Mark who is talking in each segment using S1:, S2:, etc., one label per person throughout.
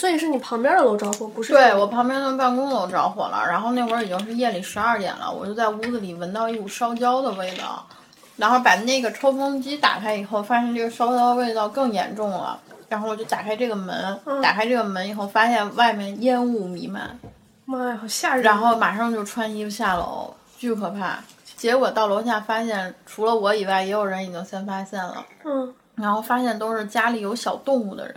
S1: 所以是你旁边的楼着火，不是？
S2: 对我旁边的办公楼着火了，然后那会儿已经是夜里十二点了，我就在屋子里闻到一股烧焦的味道，然后把那个抽风机打开以后，发现这个烧焦的味道更严重了，然后我就打开这个门，打开这个门以后，发现外面烟雾弥漫，
S1: 妈哎呀，好吓人！啊
S2: 然后马上就穿衣服下楼，巨可怕。结果到楼下发现，除了我以外，也有人已经先发现了，
S1: 嗯，
S2: 然后发现都是家里有小动物的人，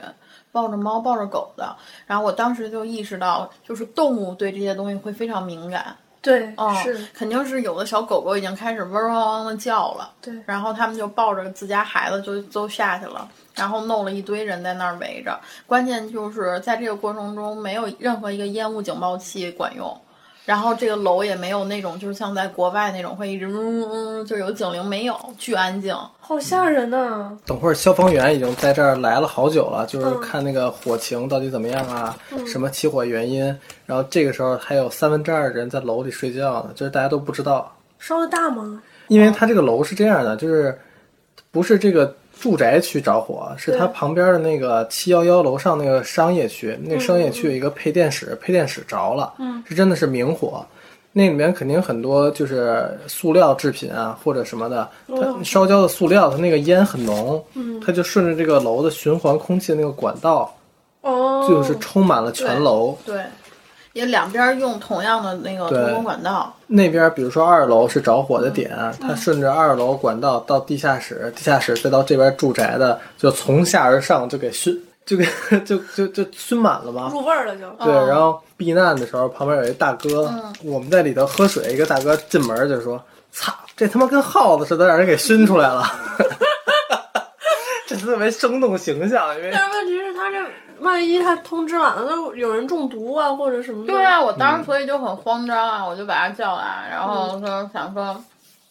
S2: 抱着猫、抱着狗的。然后我当时就意识到，就是动物对这些东西会非常敏感。
S1: 对，
S2: 嗯
S1: 是，
S2: 肯定是有的小狗狗已经开始嗡嗡嗡的叫了。
S1: 对
S2: 然后他们就抱着自家孩子就都下去了，然后弄了一堆人在那儿围着。关键就是在这个过程中，没有任何一个烟雾警报器管用。然后这个楼也没有那种，就是像在国外那种会一直嗡嗡嗡，就有警铃，没有，巨安静。
S1: 好吓人啊呐、
S3: 等会儿消防员已经在这儿来了好久了，就是看那个火情到底怎么样啊，什么起火原因。然后这个时候还有三分之二的人在楼里睡觉呢，就是大家都不知道，
S1: 烧的大吗？
S3: 因为它这个楼是这样的，就是不是这个住宅区着火，是它
S1: 对
S3: 旁边的那个七幺幺楼上那个商业区，那个商业
S1: 嗯
S3: 区有一个配电室，配电室着了，是真的是明火。那里面肯定很多就是塑料制品啊，或者什么的，
S1: 哦
S3: 它烧焦的塑料，它那个烟很浓，
S1: 嗯
S3: 它就顺着这个楼的循环空气的那个管道，
S1: 哦，
S3: 就是充满了全楼。
S2: 对，也两边用同样的那个
S3: 对
S2: 通风管道。
S3: 那边比如说二楼是着火的点，它顺着二楼管道到地下室，地下室再到这边住宅的，就从下而上就给熏，就给 就就就熏满了嘛。
S1: 入味儿了就。
S3: 对，然后避难的时候，旁边有一大哥，我们在里头喝水，一个大哥进门就说：“操，这他妈跟耗子似的，让人给熏出来了。” 这特别生动形象，因为
S1: 但是问题是，他这万一他通知晚了，那有人中毒啊，或者什么的。
S2: 对啊，我当时所以就很慌张啊，我就把他叫来，然后说想说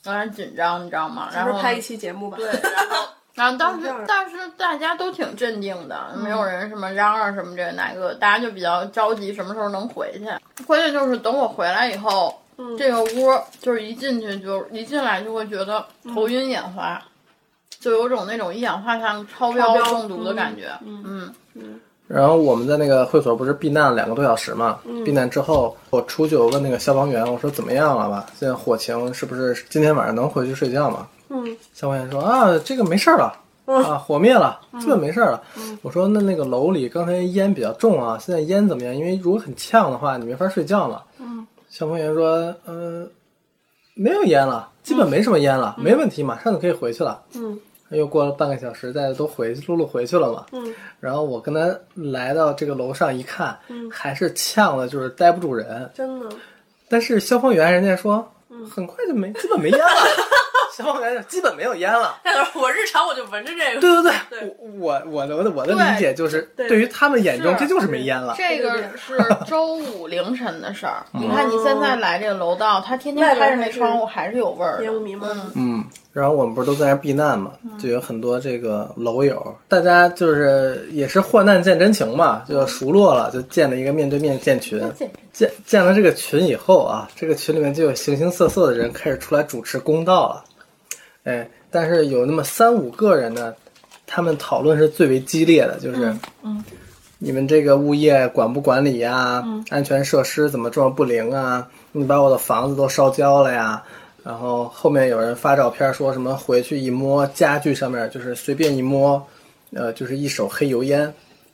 S2: 有点紧张，你知道吗？然
S1: 咱们
S2: 后
S1: 拍一期节目吧。
S2: 对，然 后。然后当时
S1: 这样，
S2: 但是大家都挺镇定的，没有人什么嚷嚷什么这个那个，大家就比较着急什么时候能回去。关键就是等我回来以后，这个屋就是一进去就一进来就会觉得头晕眼花，就有种那种一氧化碳超标
S1: 标
S2: 中毒的感觉。
S1: 嗯
S2: 嗯
S3: 然后我们在那个会所不是避难了两个多小时嘛？避难之后，我出去我问那个消防员，我说怎么样了吧？现在火情是不是今天晚上能回去睡觉吗？
S1: 嗯，
S3: 消防员说啊，这个没事儿了。啊，火灭了，基本没事儿了。我说那那个楼里刚才烟比较重啊，现在烟怎么样？因为如果很呛的话，你没法睡觉了。
S1: 嗯，
S3: 消防员说，嗯、没有烟了，基本没什么烟了，没问题，马上就可以回去了。
S1: 嗯，
S3: 又过了半个小时，大家都回去，露露回去了嘛。
S1: 嗯，
S3: 然后我跟他来到这个楼上一看，还是呛的，就是待不住人。
S1: 真的。
S3: 但是消防员人家说，很快就没，基本没烟了。消防员说基本没有烟了。
S1: 但是 我日常我就闻着这个。
S3: 对对对，我我我的我的理解就是，
S1: 对
S3: 对于他们眼中
S2: 是啊
S3: 这就是没烟了。嗯
S2: 这
S1: 对对对
S2: 个是周五凌晨的事儿。你看你现在来这个楼道，它天天
S1: 外边
S2: 开着那
S1: 还是
S2: 窗户还是有味儿的，
S1: 烟雾弥漫
S2: 嗯
S3: 嗯，然后我们不是都在那避难嘛，就有很多这个楼友，大家就是也是患难见真情嘛，就熟络了，就建了一个面对面建群。
S2: 嗯
S3: 建建了这个群以后啊，这个群里面就有形形色色的人开始出来主持公道了。哎，但是有那么三五个人呢，他们讨论是最为激烈的，就是，嗯，你们这个物业管不管理呀、
S2: 嗯
S3: 安全设施怎么这么不灵啊？你把我的房子都烧焦了呀！然后后面有人发照片说什么回去一摸家具上面就是随便一摸，呃，就是一手黑油烟，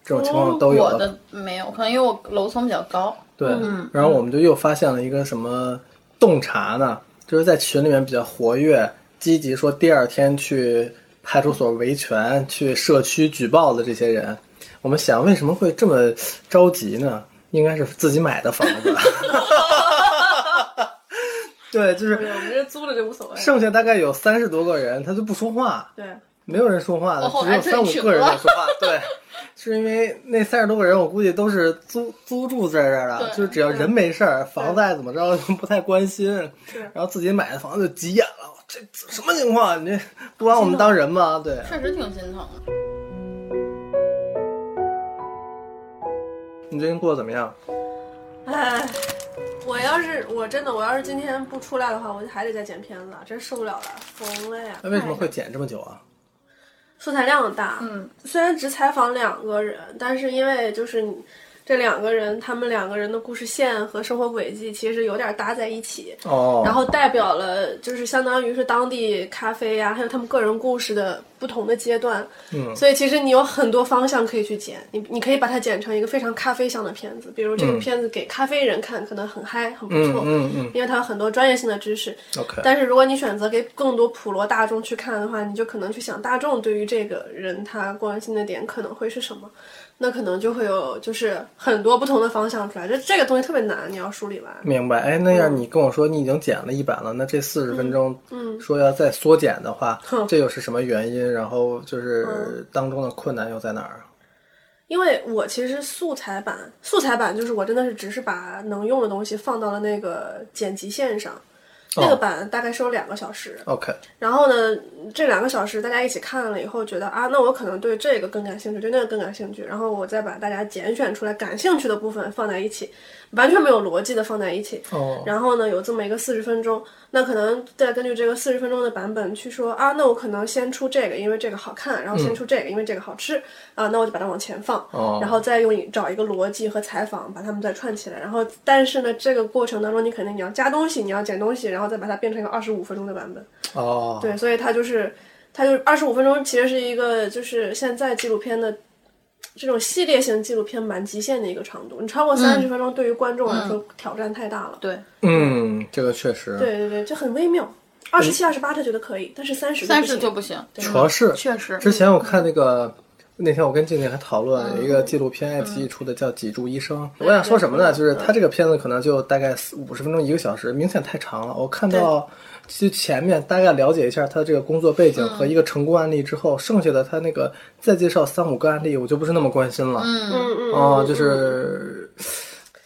S3: 这种情况都有
S2: 哦我的没有，可能因为我楼层比较高。
S3: 对，然后我们就又发现了一个什么洞察呢？就是在群里面比较活跃、积极，说第二天去派出所维权、去社区举报的这些人，我们想为什么会这么着急呢？应该是自己买的房子。 对，就是
S1: 对，我们这租了就无所谓。
S3: 剩下大概有三十多个人，他就不说话，
S1: 对，
S3: 没有人说话
S2: 我
S3: 的，
S2: 后
S3: 只
S2: 来
S3: 有三
S2: 退
S3: 五
S2: 群
S3: 个人在
S2: 了
S3: 说话。 对，是因为那三十多个人，我估计都是租租住在这儿的，
S2: 对
S3: 就是只要人没事儿，房贷怎么着都不太关心，然后自己买的房子就急眼了，这这什么情况？你这不把我们当人吗？对，
S2: 确实挺心疼的。
S3: 你最近过得怎么样？
S1: 哎，我要是我真的我要是今天不出来的话，我就还得再剪片子，真受不了了，疯了呀！
S3: 那为什么会剪这么久啊？
S1: 素材量大，
S2: 嗯，
S1: 虽然只采访两个人，但是因为就是你这两个人，他们两个人的故事线和生活轨迹其实有点搭在一起，
S3: 哦，
S1: 然后代表了就是相当于是当地咖啡呀、还有他们个人故事的不同的阶段。
S3: 嗯
S1: 所以其实你有很多方向可以去剪，你你可以把它剪成一个非常咖啡向的片子，比如这个
S3: 嗯
S1: 片子给咖啡人看，可能很嗨，很不
S3: 嗯
S1: 错。
S3: 嗯嗯
S1: 因为它有很多专业性的知识，
S3: ，OK，
S1: 但是如果你选择给更多普罗大众去看的话，你就可能去想大众对于这个人他关心的点可能会是什么，那可能就会有就是很多不同的方向出来。这这个东西特别难，你要梳理完。
S3: 明白。哎，那样你跟我说你已经剪了一版了，那这四十分钟，
S1: 嗯
S3: 说要再缩减的话，
S1: 哼
S3: 这又是什么原因？然后就是当中的困难又在哪儿？
S1: 因为我其实素材版，素材版就是我真的是只是把能用的东西放到了那个剪辑线上，那个
S3: 哦
S1: 版大概是有两个小时。
S3: ，OK，
S1: 然后呢，这两个小时大家一起看了以后，觉得啊，那我可能对这个更感兴趣，对那个更感兴趣，然后我再把大家拣选出来感兴趣的部分放在一起，完全没有逻辑的放在一起。
S3: 哦，
S1: 然后呢，有这么一个四十分钟，那可能再根据这个四十分钟的版本去说啊，那我可能先出这个，因为这个好
S3: 嗯
S1: 看，然后先出这个，因为这个好吃啊，那我就把它往前放，
S3: 哦
S1: 然后再用一找一个逻辑和采访把它们再串起来。然后，但是呢，这个过程当中你肯定你要加东西，你要剪东西，然后再把它变成一个二十五分钟的版本。
S3: 哦，
S1: 对，所以它就是，它就是二十五分钟，其实是一个就是现在纪录片的这种系列型纪录片蛮极限的一个长度。你超过三十分钟，对于观众来说挑战太大了。
S2: 对，
S3: 嗯，这个确实，
S1: 对对对，就很微妙。二
S3: 嗯
S1: 十七、二十八他觉得可以，但是三十
S2: 三十就不行，嗯
S3: 主要是
S2: 确实
S3: 之前我
S1: 嗯
S3: 看那个，那天我跟静静还讨论有一个纪录片
S1: 嗯
S3: 爱奇艺出的叫《脊柱医生》，我想说什么呢？就是它这个片子可能就大概五十分钟一个小时，明显太长了。我看到就前面大概了解一下他这个工作背景和
S1: 嗯
S3: 一个成功案例之后，剩下的他那个再介绍三五个案例，我就不是那么关心了。嗯，
S1: 嗯嗯
S3: 哦，就
S1: 嗯
S3: 是。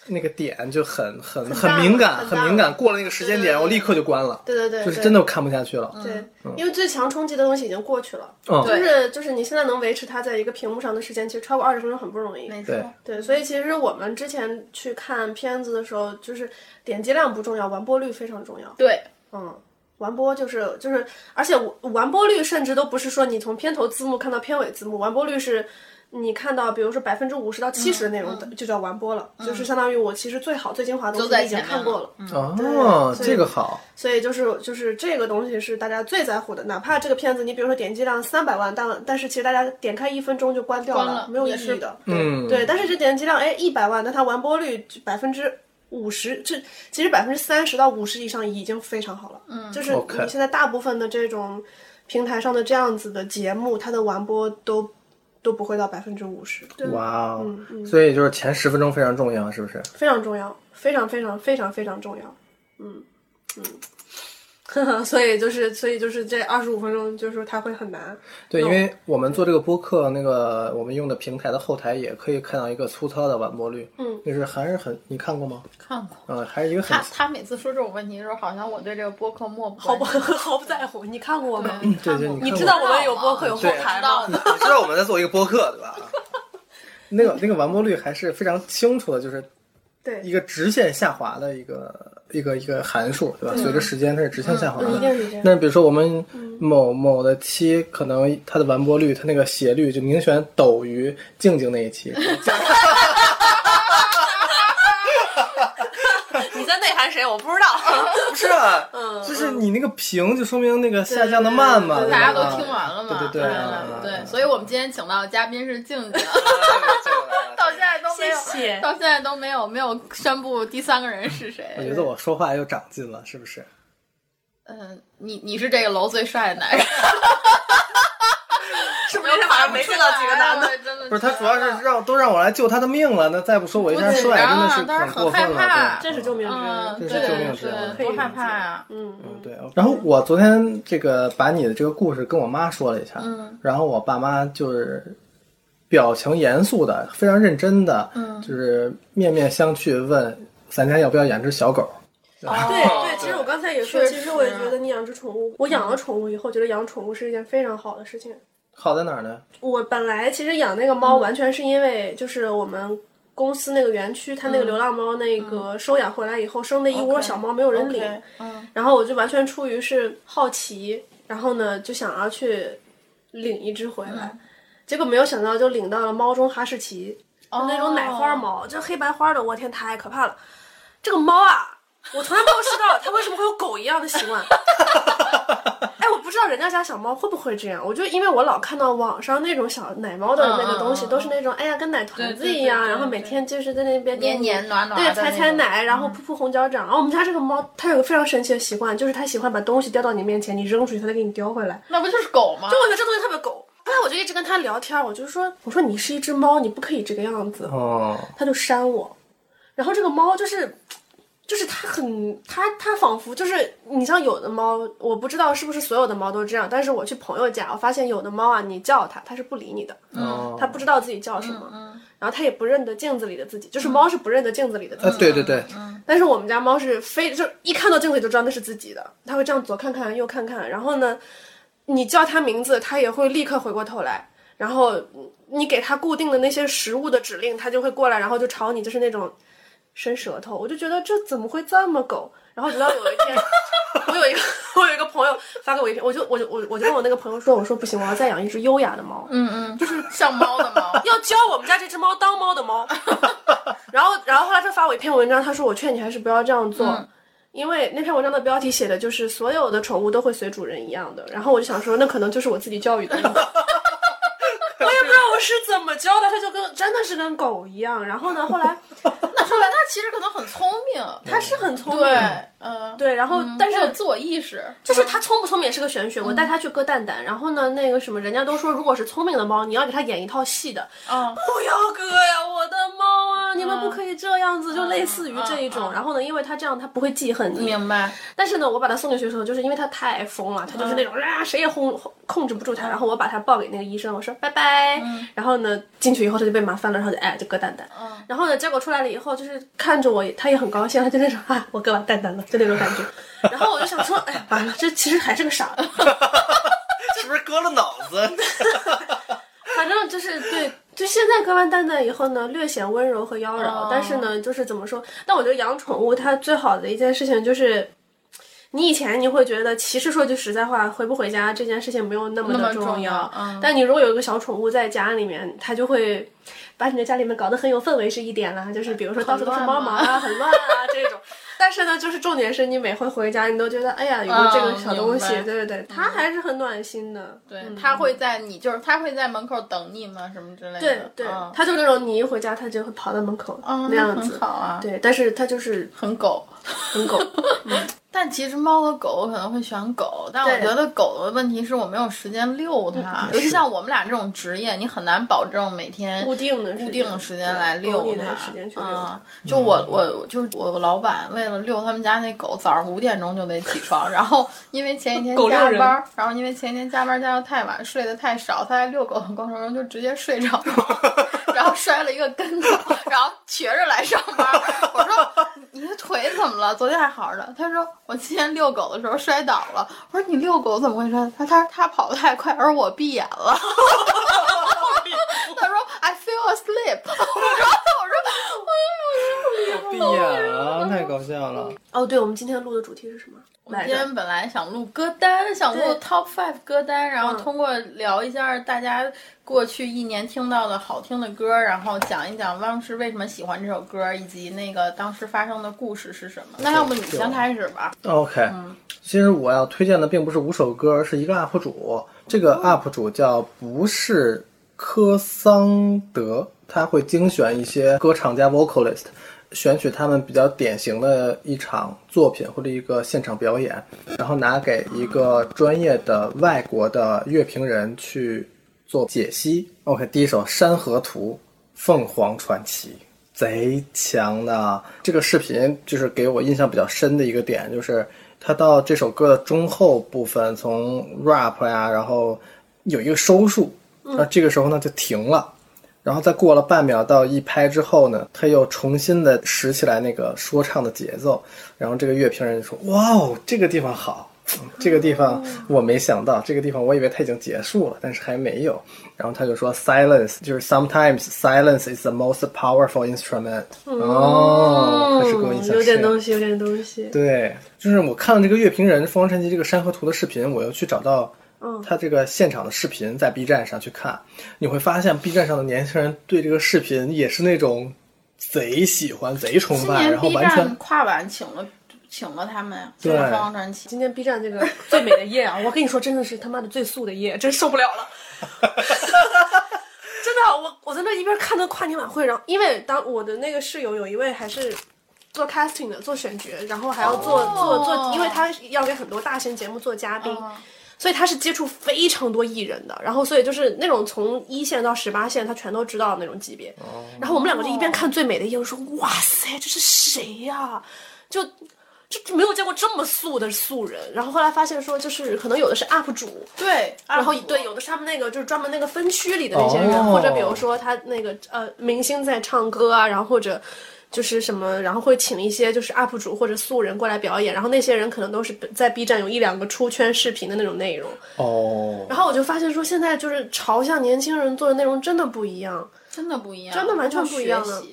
S3: 那个点就很很
S1: 很大
S3: 很敏感，
S1: 很
S3: 很
S1: 大
S3: 敏感。过了那个时间点，
S1: 对对
S3: 我立刻就关了，
S1: 对对对，
S3: 就是
S1: 对
S3: 真的看不下去了。
S1: 对，因为最强冲击的东西已经过去了，
S3: 嗯
S1: 就是就是你现在能维持它在一个屏幕上的时间，其实超过二十分钟很不容易。
S2: 没错
S3: 对，
S1: 对，所以其实我们之前去看片子的时候，就是点击量不重要，完播率非常重要。
S2: 对，
S1: 嗯，完播就是就是，而且我完播率甚至都不是说你从片头字幕看到片尾字幕，完播率是你看到，比如说百分之五十到七
S2: 嗯
S1: 十的内容的就叫完播了，就是相当于我其实最好最精华的东
S2: 在
S1: 西已经
S2: 前面嗯
S1: 看过
S2: 了
S1: 了，
S3: 哦，
S1: 所以
S3: 这个好，
S1: 所以就是就是这个东西是大家最在乎的，哪怕这个片子你比如说点击量三百万，但但是其实大家点开一分钟就关掉
S2: 关了
S1: 没有意
S2: 也是
S1: 义的，
S3: 嗯，
S1: 对，但是这点击量哎一百万，那它完播率百分之五十，这其实百分之三十到五十以上已经非常好了。嗯，就是你
S3: OK
S1: 现在大部分的这种平台上的这样子的节目，它的完播都都不会到百分之五十，对，嗯
S3: 哇哦，所以就是前十分钟非常重要，是不是？
S1: 非常重要，非常非常非常非常重要。嗯嗯， 所以就是所以就是这二十五分钟，就是说它会很 难。
S3: 对，因为我们做这个播客，那个我们用的平台的后台也可以看到一个粗糙的完播率，
S1: 嗯，
S3: 就是还是很，你看过吗？
S2: 看过。
S3: 呃，还是一个很
S2: 他他每次说这种问题的时候，好像我对这个播客漠不
S1: 毫
S2: 关
S1: 不
S2: 心。
S1: 毫不在乎，你看过我吗？你
S3: 嗯对对，
S2: 你
S3: 看
S1: 知
S3: 过
S1: 道我们有播客有后
S3: 对
S1: 台
S2: 知道
S1: 吗
S2: 的？
S3: 你知道我们在做一个播客对 吧？那个那个完播率还是非常清楚的，就是
S1: 对
S3: 一个直线下滑的一个一个一个函数，对吧？随着时间它是直线下滑
S1: 嗯
S3: 的
S1: 一定是这样。
S3: 那比如说我们
S2: 嗯
S3: 某某的期，可能它的完播率，它那个斜率就明显陡于静静那一期。
S1: 你在内涵谁？我不知道。 嗯
S3: 不是啊，就是你那个平，就说明那个下降的慢嘛，
S1: 对对对
S3: 对
S2: 大
S3: 吧
S2: 家都听完了嘛？
S3: 对对
S2: 对
S3: 啊
S2: 对，所以我们今天请到的嘉宾是 静静， 到现在都没有，
S1: 谢谢
S2: 到现在都没有没有宣布第三个人是谁。
S3: 我觉得我说话又长进了，是不是？
S2: 嗯，你你是这个楼最帅的男人，
S1: 是不是好像 没见到几个男的？
S2: 哎，真的
S3: 不是，他主要是让都让我来救他的命了，那再不说我一下
S2: 不紧
S3: 帅，真的
S2: 张当然
S3: 很过
S2: 很害
S3: 分了
S2: 怕，
S3: 对
S1: 这是救命之
S2: 嗯，
S1: 恩，
S3: 这
S2: 对
S3: 是救命之
S2: 对
S3: 恩，
S2: 多害怕呀！
S1: 嗯嗯，
S3: 对，然后我昨天这个把你的这个故事跟我妈说了一下，
S2: 嗯
S3: 然后我爸妈就是表情严肃的，非常认真的，
S2: 嗯
S3: 就是面面相觑，问咱家要不要养只小狗？
S1: 对
S2: 哦
S1: 对，其实我刚才也说，
S2: 确实嗯
S1: 其实我也觉得你养只宠物，我养了宠物以后，觉得养宠物是一件非常好的事情。
S3: 好在哪儿呢？
S1: 我本来其实养那个
S2: 嗯
S1: 猫，完全是因为就是我们。公司那个园区，它那个流浪猫那个收养回来以后，生的一窝
S2: 嗯 OK，
S1: 小猫，没有人领。
S2: OK，嗯，
S1: 然后我就完全出于是好奇，然后呢就想要
S2: 嗯
S1: 去领一只回来，结果没有想到就领到了猫中哈士奇。就那
S2: 哦
S1: 种奶花猫，这黑白花的，我天，太可怕了。这个猫啊，我从来没有知道它为什么会有狗一样的习惯。 哎，我不知道人家家小猫会不会这样，我就因为我老看到网上那种小奶猫的那个东西，
S2: 嗯嗯嗯
S1: 都是那种哎呀跟奶团子一样，
S2: 对对对对
S1: 然后每天就是在那边
S2: 黏黏暖暖
S1: 对
S2: 的，
S1: 踩踩奶，然后扑扑红脚掌。然哦后我们家这个猫，它有个非常神奇的习惯，就是它喜欢把东西叼到你面前，你扔出去，它再给你叼回来。
S2: 那不就是狗吗？
S1: 就我觉得这东西特别狗。后来我就一直跟他聊天，我就说，我说你是一只猫，你不可以这个样子。
S3: 哦，
S1: 他就扇我，然后这个猫就是。就是它很，它它仿佛就是你像有的猫，我不知道是不是所有的猫都这样，但是我去朋友家，我发现有的猫啊，你叫它，它是不理你的，
S3: 哦
S1: 它不知道自己叫什么，然后它也不认得镜子里的自己，就是猫是不认得镜子里的自己的
S3: 啊，对对对，
S2: 嗯
S1: 但是我们家猫是非就一看到镜子就知道那是自己的，它会这样左看看右看看，然后呢，你叫它名字，它也会立刻回过头来。然后你给它固定的那些食物的指令，它就会过来，然后就朝你就是那种伸舌头。我就觉得这怎么会这么狗？然后直到有一天， 我有一个我有一个朋友发给我一篇，我就我就我我就跟我那个朋友说，我说不行，我要再养一只优雅的猫。
S2: 嗯嗯，就是像猫的猫。
S1: 要教我们家这只猫当猫的猫。然后，然后后来他发我一篇文章，他说我劝你还是不要这样做，因为那篇文章的标题写的就是所有的宠物都会随主人一样的。然后我就想说，那可能就是我自己教育的。我也不知道我是怎么教的，它就跟真的是跟狗一样。然后呢， 后来
S2: 那说来它其实可能很聪 明，
S1: 它是很聪明，
S2: 对
S1: 对，
S2: 嗯，
S1: 然后、但是
S2: 它有自我嗯意识，
S1: 就是它聪不聪明也是个玄学。我带它去割蛋蛋，然后呢，那个什么，人家都说如果是聪明的猫，你要给它演一套戏的，
S2: 嗯
S1: 不要割呀，我的猫啊！你们不可以这样子，就类似于这一种。
S2: 嗯嗯
S1: 然后呢，因为它这样，它不会记恨你。
S2: 明白，
S1: 但是呢，我把它送进去的时候，就是因为它太疯了，它就是
S2: 嗯
S1: 那种啊，谁也控控制不住它。然后我把它抱给那个医生，我说拜拜。
S2: 嗯
S1: 然后呢，进去以后它就被麻翻了，然后就哎就割蛋蛋。然后呢，结果出来了以后，就是看着我，它也很高兴，它就那种啊，我割完蛋蛋了，就那种感觉。然后我就想说，哎呀，完了，这其实还是个傻子。
S3: 是不是割了脑 子？
S1: 反正就是对，就现在割完蛋蛋以后呢，略显温柔和妖娆，
S2: 哦
S1: 但是呢，就是怎么说？但我觉得养宠物它最好的一件事情就是，你以前你会觉得，其实说句实在话，回不回家这件事情没有那么
S2: 那么
S1: 的重
S2: 重要嗯
S1: 但你如果有一个小宠物在家里面，它就会把你的家里面搞得很有氛围是一点啦，就是比如说到处都是
S2: 很
S1: 猫
S2: 乱
S1: 毛
S2: 吗
S1: 啊，很乱啊这 种。但是呢，就是重点是你每回回家，你都觉得哎呀，有个这个
S2: 嗯
S1: 小东西，
S2: 明白嗯
S1: 对对对，它还是很暖心的。嗯对
S2: 对，它会在你就是它会在门口等你吗？什么之类的，
S1: 对对
S2: 嗯，
S1: 他就那种你一回家，他就会跑到门口
S2: 嗯
S1: 那样
S2: 很
S1: 子
S2: 好。啊，，
S1: 对，但是他就是
S2: 很狗。
S1: 很 狗，
S2: 但其实猫和狗我可能会选狗，但
S1: 对嗯
S2: 我觉得狗的问题是我没有时间遛它，尤其像我们俩这种职业，你很难保证每天
S1: 固定的
S2: 固定的时间来
S1: 固
S2: 遛
S1: 定的
S2: 它。
S1: 时间去遛它
S2: 啊、就我我我就是我老板为了遛他们家那狗，早上五点钟就得起床，然后因为前一天
S1: 狗遛
S2: 加
S1: 人
S2: 班儿，然后因为前一天加班加的太晚，睡得太少，他在遛狗的过程中就直接睡着了，然后摔了一个跟头，然后瘸着来上班儿。我说你的腿怎么了？昨天还好着呢。他说我今天遛狗的时候摔倒了。我说你遛狗怎么会摔？他他他跑得太快，而我闭眼了。他说 I feel asleep。我 说我说
S3: 闭眼了，哎太搞笑了。
S1: 哦，对，我们今天录的主题是什么？来
S2: 今
S1: 着？
S2: 天本来想录歌单，想录
S1: 对
S2: Top Five 歌单，然后
S1: 嗯
S2: 通过聊一下大家过去一年听到的好听的歌，然后讲一讲当时为什么喜欢这首歌，以及那个当时发生的故事是什么。那要不你先开始吧？
S3: OK，其实我要推荐的并不是五首歌，是一个 UP 主。这个 UP 主叫不是科桑德，他会精选一些歌唱家 vocalist，选取他们比较典型的一场作品或者一个现场表演，然后拿给一个专业的外国的乐评人去做解析。OK，第一首《山河图》，凤凰传奇。贼强的。这个视频就是给我印象比较深的一个点，就是它到这首歌的中后部分，从 rap 呀、然后有一个收束，
S1: 嗯
S3: 那这个时候呢就停了。然后再过了半秒到一拍之后呢，他又重新的拾起来那个说唱的节奏，然后这个乐评人就说：“哇哦，这个地方好，嗯这个地
S1: 哦
S3: 方我没想到，这个地方我以为它已经结束了，但是还没有。”然后他就说：“Silence 就是 sometimes silence is the most powerful instrument。”哦，他是给我印
S1: 嗯
S3: 象
S1: 有点
S3: 深。
S1: 东西，有点东西。
S3: 对，就是我看了这个乐评人《凤凰传奇》这个山河图的视频，我又去找到
S1: 嗯
S3: 他这个现场的视频在 B 站上去看，你会发现 B 站上的年轻人对这个视频也是那种贼喜欢、贼崇
S2: 今
S3: 拜，
S2: 年
S3: 然后
S2: B
S3: 完
S2: 站
S3: 全
S2: 跨晚请了请了他们呀，请
S3: 对
S2: 了凤凰传奇。
S1: 今天 B 站这个最美的夜啊，我跟你说，真的是他妈的最素的夜，真受不了 了。真的，我我在那一边看那跨年晚会，然后因为当我的那个室友有一位还是做 casting 的，做选角，然后还要做、做做，因为他要给很多大型节目做嘉宾。所以他是接触非常多艺人的，然后所以就是那种从一线到十八线，他全都知道的那种级别。然后我们两个就一边看最美的夜，我说哇塞，这是谁呀、就就没有见过这么素的素人。然后后来发现说，就是可能有的是 UP 主，
S2: 对，
S1: 然后
S2: 啊
S1: 对，有的是他们那个就是专门那个分区里的那些人，
S3: 哦
S1: 或者比如说他那个呃明星在唱歌啊，然后或者就是什么，然后会请一些就是 UP 主或者素人过来表演，然后那些人可能都是在 B 站有一两个出圈视频的那种内容。
S3: 哦，
S1: 然后我就发现说，现在就是朝向年轻人做的内容真的不一样，
S2: 真的不一样，
S1: 真的完全不一样
S2: 要
S1: 了
S2: 学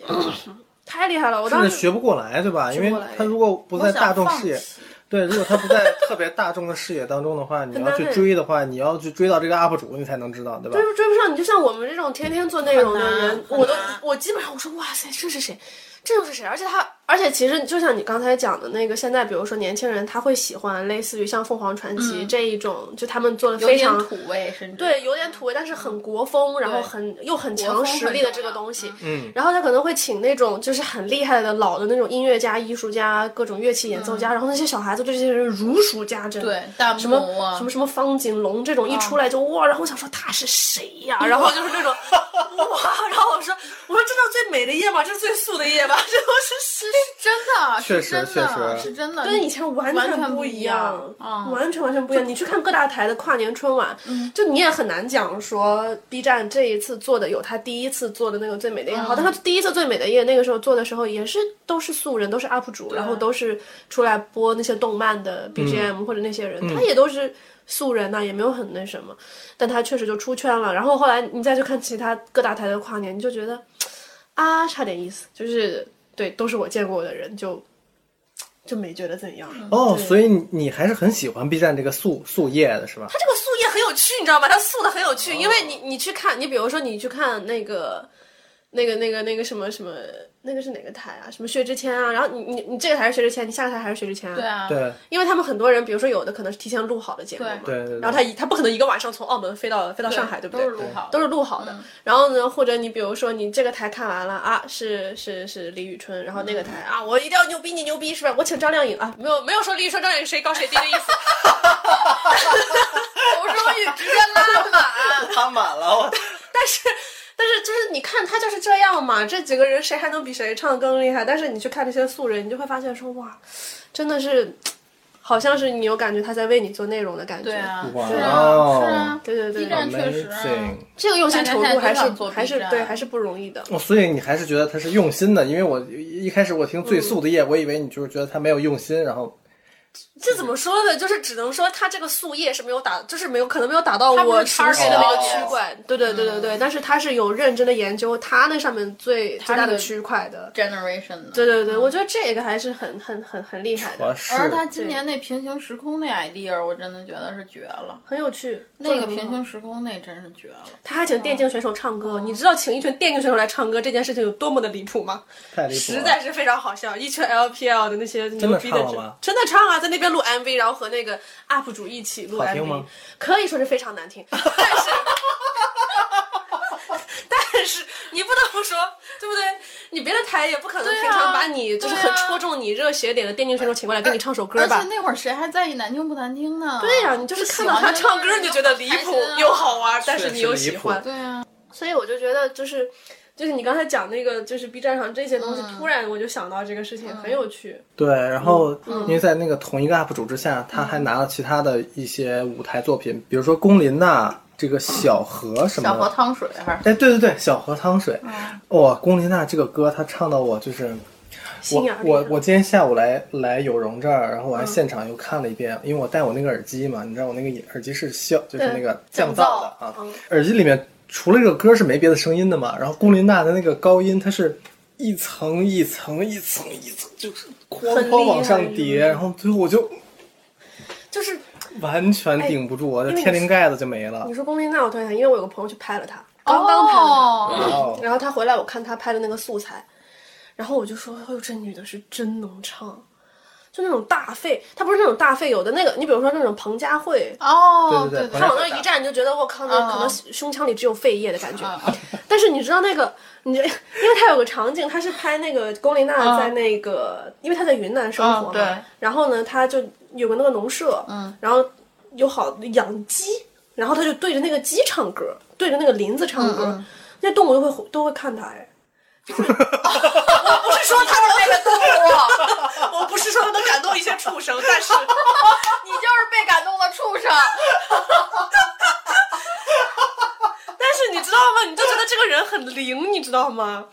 S2: 习
S1: 太厉害了！我
S3: 真
S1: 当
S3: 的
S1: 时
S3: 学不过来，对吧？因为
S1: 过来
S3: 他如果不在
S2: 我想
S3: 大众
S2: 放
S3: 视野，
S2: 弃
S3: 对，如果他不在特别大众的视野当中的话，你要
S1: 难
S3: 去
S1: 的
S3: 追的话，你要去追到这个 UP 主，你才能知道，对吧
S1: 追？不追不上，你就像我们这种天天做内容的人，
S2: 很难
S1: 我都
S2: 很难
S1: 我基本上我说哇塞，这是谁？这又是谁？而且他，而且其实就像你刚才讲的那个，现在比如说年轻人他会喜欢类似于像凤凰传奇这一种，就他们做的
S2: 嗯有
S1: 非
S2: 点
S1: 常
S2: 土味，甚至
S1: 对，有点土味，但是很国风，然后很又很强实力的这个东西。嗯。然后他可能会请那种就是很厉害的老的那种音乐家、艺术家、各种乐器演奏家，然后那些小孩子对这些人如数家珍。
S2: 嗯对，弹
S1: 什
S2: 幕
S1: 么
S2: 啊，
S1: 什么什么方景龙这种一出来就哇，然后我想说他是谁呀、 然后就是那种哇，然后我说我说这叫最美的夜吗？这是 最素的夜吧？这都是谁？
S2: 真的，是
S3: 确实
S2: 真的
S3: 确实
S2: 是真的，
S1: 跟以前完
S2: 完
S1: 全
S2: 全不
S1: 一啊
S2: 一样嗯
S1: 完全完全不一样。你去看各大台的跨年春晚，就你也很难讲说 B 站这一次做的有他第一次做的那个最美的夜好，但他第一次最美的夜那个时候做的时候也是都是素人，都是 UP 主，然后都是出来播那些动漫的 BGM 或者那些人，他也都是。素人呐、也没有很那什么，但他确实就出圈了。然后后来你再去看其他各大台的跨年，你就觉得啊，差点意思，就是对，都是我见过的人，就就没觉得怎样。
S3: 哦，所以你你还是很喜欢 B 站这个素素业的是吧？
S1: 它这个素叶很有趣，你知道吗？它素的很有趣，因为你你去看，你比如说你去看那个。那个、那个、那个什么什么，那个是哪个台啊？什么薛之谦啊？然后你、你、你这个台是薛之谦，你下个台还是薛之谦啊？
S2: 对，啊，
S3: 对，
S1: 因为他们很多人，比如说有的可能是提前录好的节目嘛，
S3: 对对对
S1: 然后他一他不可能一个晚上从澳门飞到飞到上海，对不对？
S2: 都是录好的，
S1: 都是录好
S2: 嗯
S1: 的。然后呢，或者你比如说你这个台看完了啊，是是是李宇春，然后
S2: 嗯
S1: 那个台、啊，我一定要牛逼你牛逼是吧？我请张靓颖啊，没有没有说李宇春张靓颖谁高谁低的意思。
S2: 我终于直接拉满。
S3: 他满了，我
S1: 但是 但是就是你看他就是这样嘛，这几个人谁还能比谁唱得更厉害？但是你去看这些素人，你就会发现说哇，真的是，好像是你有感觉他在为你做内容的感觉。
S2: 对啊，
S3: 哇
S2: 是啊，是啊，
S1: 对对对
S2: B 站确实啊
S3: 哦 amazing。
S1: 这个用心程
S2: 大家
S1: 度
S2: 现在
S1: 还
S2: 都
S1: 是
S2: 想做 B
S1: 还是
S2: 站
S1: 对还是不容易的。
S3: 哦，所以你还是觉得他是用心的，因为我一一开始我听
S2: 嗯
S3: 最素的夜，我以为你就是觉得他没有用心，然后
S1: 这怎么说呢？就是只能说他这个素叶是没有打，就是没有可能没有打到
S2: 它不是
S1: 我熟悉的
S2: target
S1: 那个
S2: 的
S1: 区块。对对对对对，
S2: 嗯
S1: 但是他是有认真的研究他那上面最最大
S2: 那
S1: 的
S2: 个嗯
S1: 区块的。
S2: generation 的。
S1: 对对对，我觉得这个还是很很很很厉害
S3: 我
S1: 的，
S3: 是
S2: 而他今年那平行时空那 idea，我真的觉得是绝了。
S1: 很有趣。
S2: 那个
S1: 做得很好
S2: 平行哦时空那真是绝了，
S1: 他还请电竞选手唱歌，你知道请一群电竞选手来唱歌这件事情有多么的离谱吗？
S3: 太离谱
S1: 实
S3: 了。
S1: 在是非常好笑，一群 LPL 的那些牛逼
S3: 真的
S1: 的
S3: 唱了吗
S1: 真的唱啊，在那边录 MV，然后和那个 UP 主一起录
S3: 好听
S1: MV，
S3: 吗
S1: 可以说是非常难听， 但是。但是你不得不说，对不对？你别的台也不可能
S2: 啊
S1: 平常把你就是
S2: 对
S1: 很
S2: 啊
S1: 戳中你热血点的电竞选手请过来跟你唱首歌
S2: 而且
S1: 吧？
S2: 那会儿谁还在意难听不难听呢？
S1: 对呀、你就是看到他唱歌你就觉得离谱又好玩，但是你又喜欢。
S2: 啊对啊，
S1: 所以我就觉得就是。就是你刚才讲那个，就是 B 站上这些东西，突然我就想到这个事情，很有趣。
S3: 对，然后
S2: 嗯
S3: 因为在那个同一个 UP 主之下，他还拿了其他的一些舞台作品，比如说龚琳娜这个小河什
S2: 嗯
S3: 么
S2: 小
S3: 的。
S2: 河汤嗯水还是
S3: 哎，对对对，小河汤水，哇、龚琳娜这个歌，她唱到我就是，我
S1: 心眼儿
S3: 我
S1: 里
S3: 我今天下午来来有容这儿，然
S1: 嗯
S3: 后我还现场又看了一遍，因为我戴我那个耳机嘛，你知道我那个耳机是消，就是那个降噪的啊，
S1: 嗯
S3: 耳机里面除了这个歌是没别的声音的嘛，然后龚琳娜的那个高音，它是一层一层一层一层，就是哐
S1: 很厉
S3: 哐往
S1: 害
S3: 上叠，然后最后我就
S1: 就是
S3: 完全顶不住，就天灵盖子就没了
S1: 哎你。说龚琳娜，我突然想，因为我有个朋友去拍了她，刚刚拍了
S2: 哦
S1: 她，
S3: 哦
S1: 然后她回来，我看她拍的那个素材，然后我就说，哎呦，这女的是真能唱。就那种大肺，她不是那种大肺，有的那个，你比如说那种彭佳慧，
S2: 哦，
S3: 对对对
S2: 对，
S1: 她往那儿一站，你就觉得我靠，那
S2: 嗯
S1: 可能胸腔里只有肺叶的感觉。
S2: 哦
S1: 但是你知道那个，你 知因为她有个场景，她是拍那个龚琳娜在那个，因为她在云南生活嘛，
S2: 嗯对
S1: 然后呢，她就有个那个农舍，嗯，然后有好养鸡，然后她就对着那个鸡唱歌，对着那个林子唱
S2: 嗯
S1: 歌，那动物都会都会看她哎。 就是我不是说她的那个动
S2: 哇，
S1: 物，我不是说能感动一些畜生，但是
S2: 你就是被感动的畜生。
S1: 但是你知道吗？你就觉得这个人很灵，你知道吗？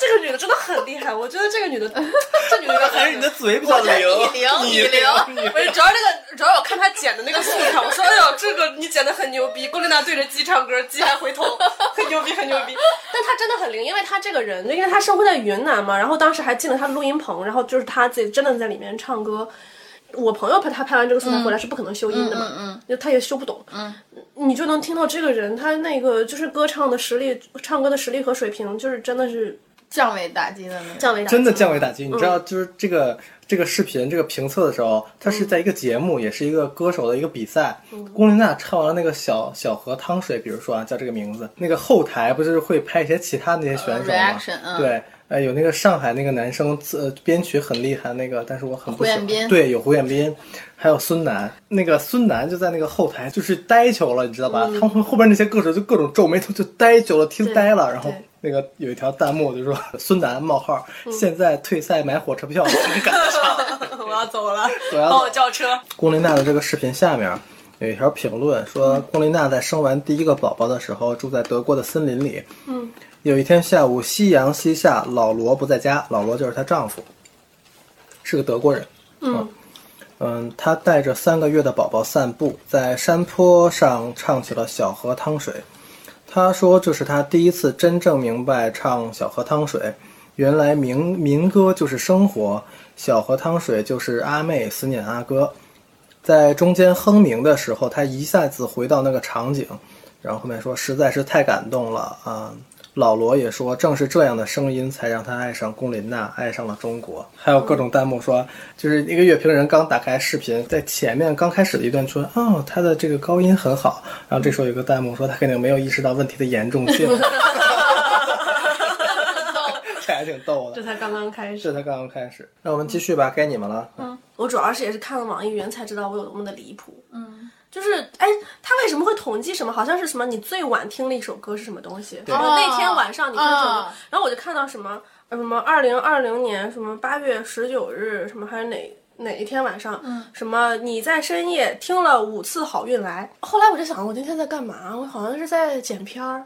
S1: 这个女的真的很厉害，我觉得这个女的，这女的
S3: 还是你的嘴比较灵，
S2: 你灵
S3: 你
S2: 你灵
S3: 你
S1: 不是，主要那个，主要我看她剪的那个素材， 我说哎呦，这个你剪的很牛逼，龚琳娜对着鸡唱歌，鸡还回 头，很牛逼，很牛逼。但她真的很灵，因为她这个人，因为她生活在云南嘛，然后当时还进了她的录音棚，然后就是她自己真的在里面唱歌。我朋友拍她拍完这个素材回来是不可能修音的嘛，
S2: 嗯
S1: 就她也修不懂，你就能听到这个人他那个就是歌唱的实力，唱歌的实力和水平，就是真的是
S2: 降维打击的那种。
S1: 降维打击
S3: 真的降维打击。你知道，就是这个这个视频这个评测的时候，它是在一个节目，也是一个歌手的一个比赛。龚琳娜唱完了那个小小河汤水，比如说啊，叫这个名字，那个后台不是会拍一些其他那些选手吗
S2: reaction，？嗯
S3: 对。呃，有那个上海那个男生，呃，编曲很厉害，那个，但是我很不喜
S2: 胡
S3: 欢
S2: 彦。斌
S3: 对，有胡彦斌，还有孙楠。那个孙楠就在那个后台就是呆球了，你知道吧？
S2: 嗯
S3: 他们后边那些歌手就各种皱眉头，就呆球了，听呆了。然后
S1: 对
S3: 那个有一条弹幕就说孙楠冒号，
S2: 嗯
S3: 现在退赛买火 车票，我们赶得上。
S1: 我要走了，
S3: 我
S2: 哦
S3: 要走
S1: 帮我叫车。
S3: 龚琳娜的这个视频下面有一条评论说，龚琳娜在生完第一个宝宝的时候住在德国的森林里。
S1: 嗯，
S3: 有一天下午夕阳西下，老罗不在家，老罗就是她丈夫，是个德国人。啊
S1: 嗯
S3: 嗯，她带着三个月的宝宝散步，在山坡上唱起了《小河汤水》。她说，这是她第一次真正明白唱《小河汤水》，原来民民歌就是生活，《小河汤水》就是阿妹思念阿哥。在中间哼鸣的时候，她一下子回到那个场景，然后后面说实在是太感动了啊、老罗也说，正是这样的声音才让他爱上龚琳娜，爱上了中国。 还有各种弹幕说，就是一个乐评人刚打开视频，在前面刚开始的一段说，哦，他的这个高音很好。然后这时候有个弹幕说，他肯定没有意识到问题的严重性，这还挺逗
S1: 这
S3: 的。
S1: 才刚刚开
S3: 这
S1: 始，
S3: 才刚刚开始，那我们继续吧，该你们了。嗯，
S1: 我主要是也是看了网易云才知道我有多么的离谱。嗯，就是哎，他为什么会统计什么？好像是什么你最晚听了一首歌是什么东西？然后那天晚上你听了什么？
S2: 啊
S1: 然后我就看到什么呃什么二零二零年什么八月十九日什么还是哪。哪一天晚上，什么你在深夜听了五次《好运来》，后来我就想，我那天在干嘛？我好像是在剪片儿，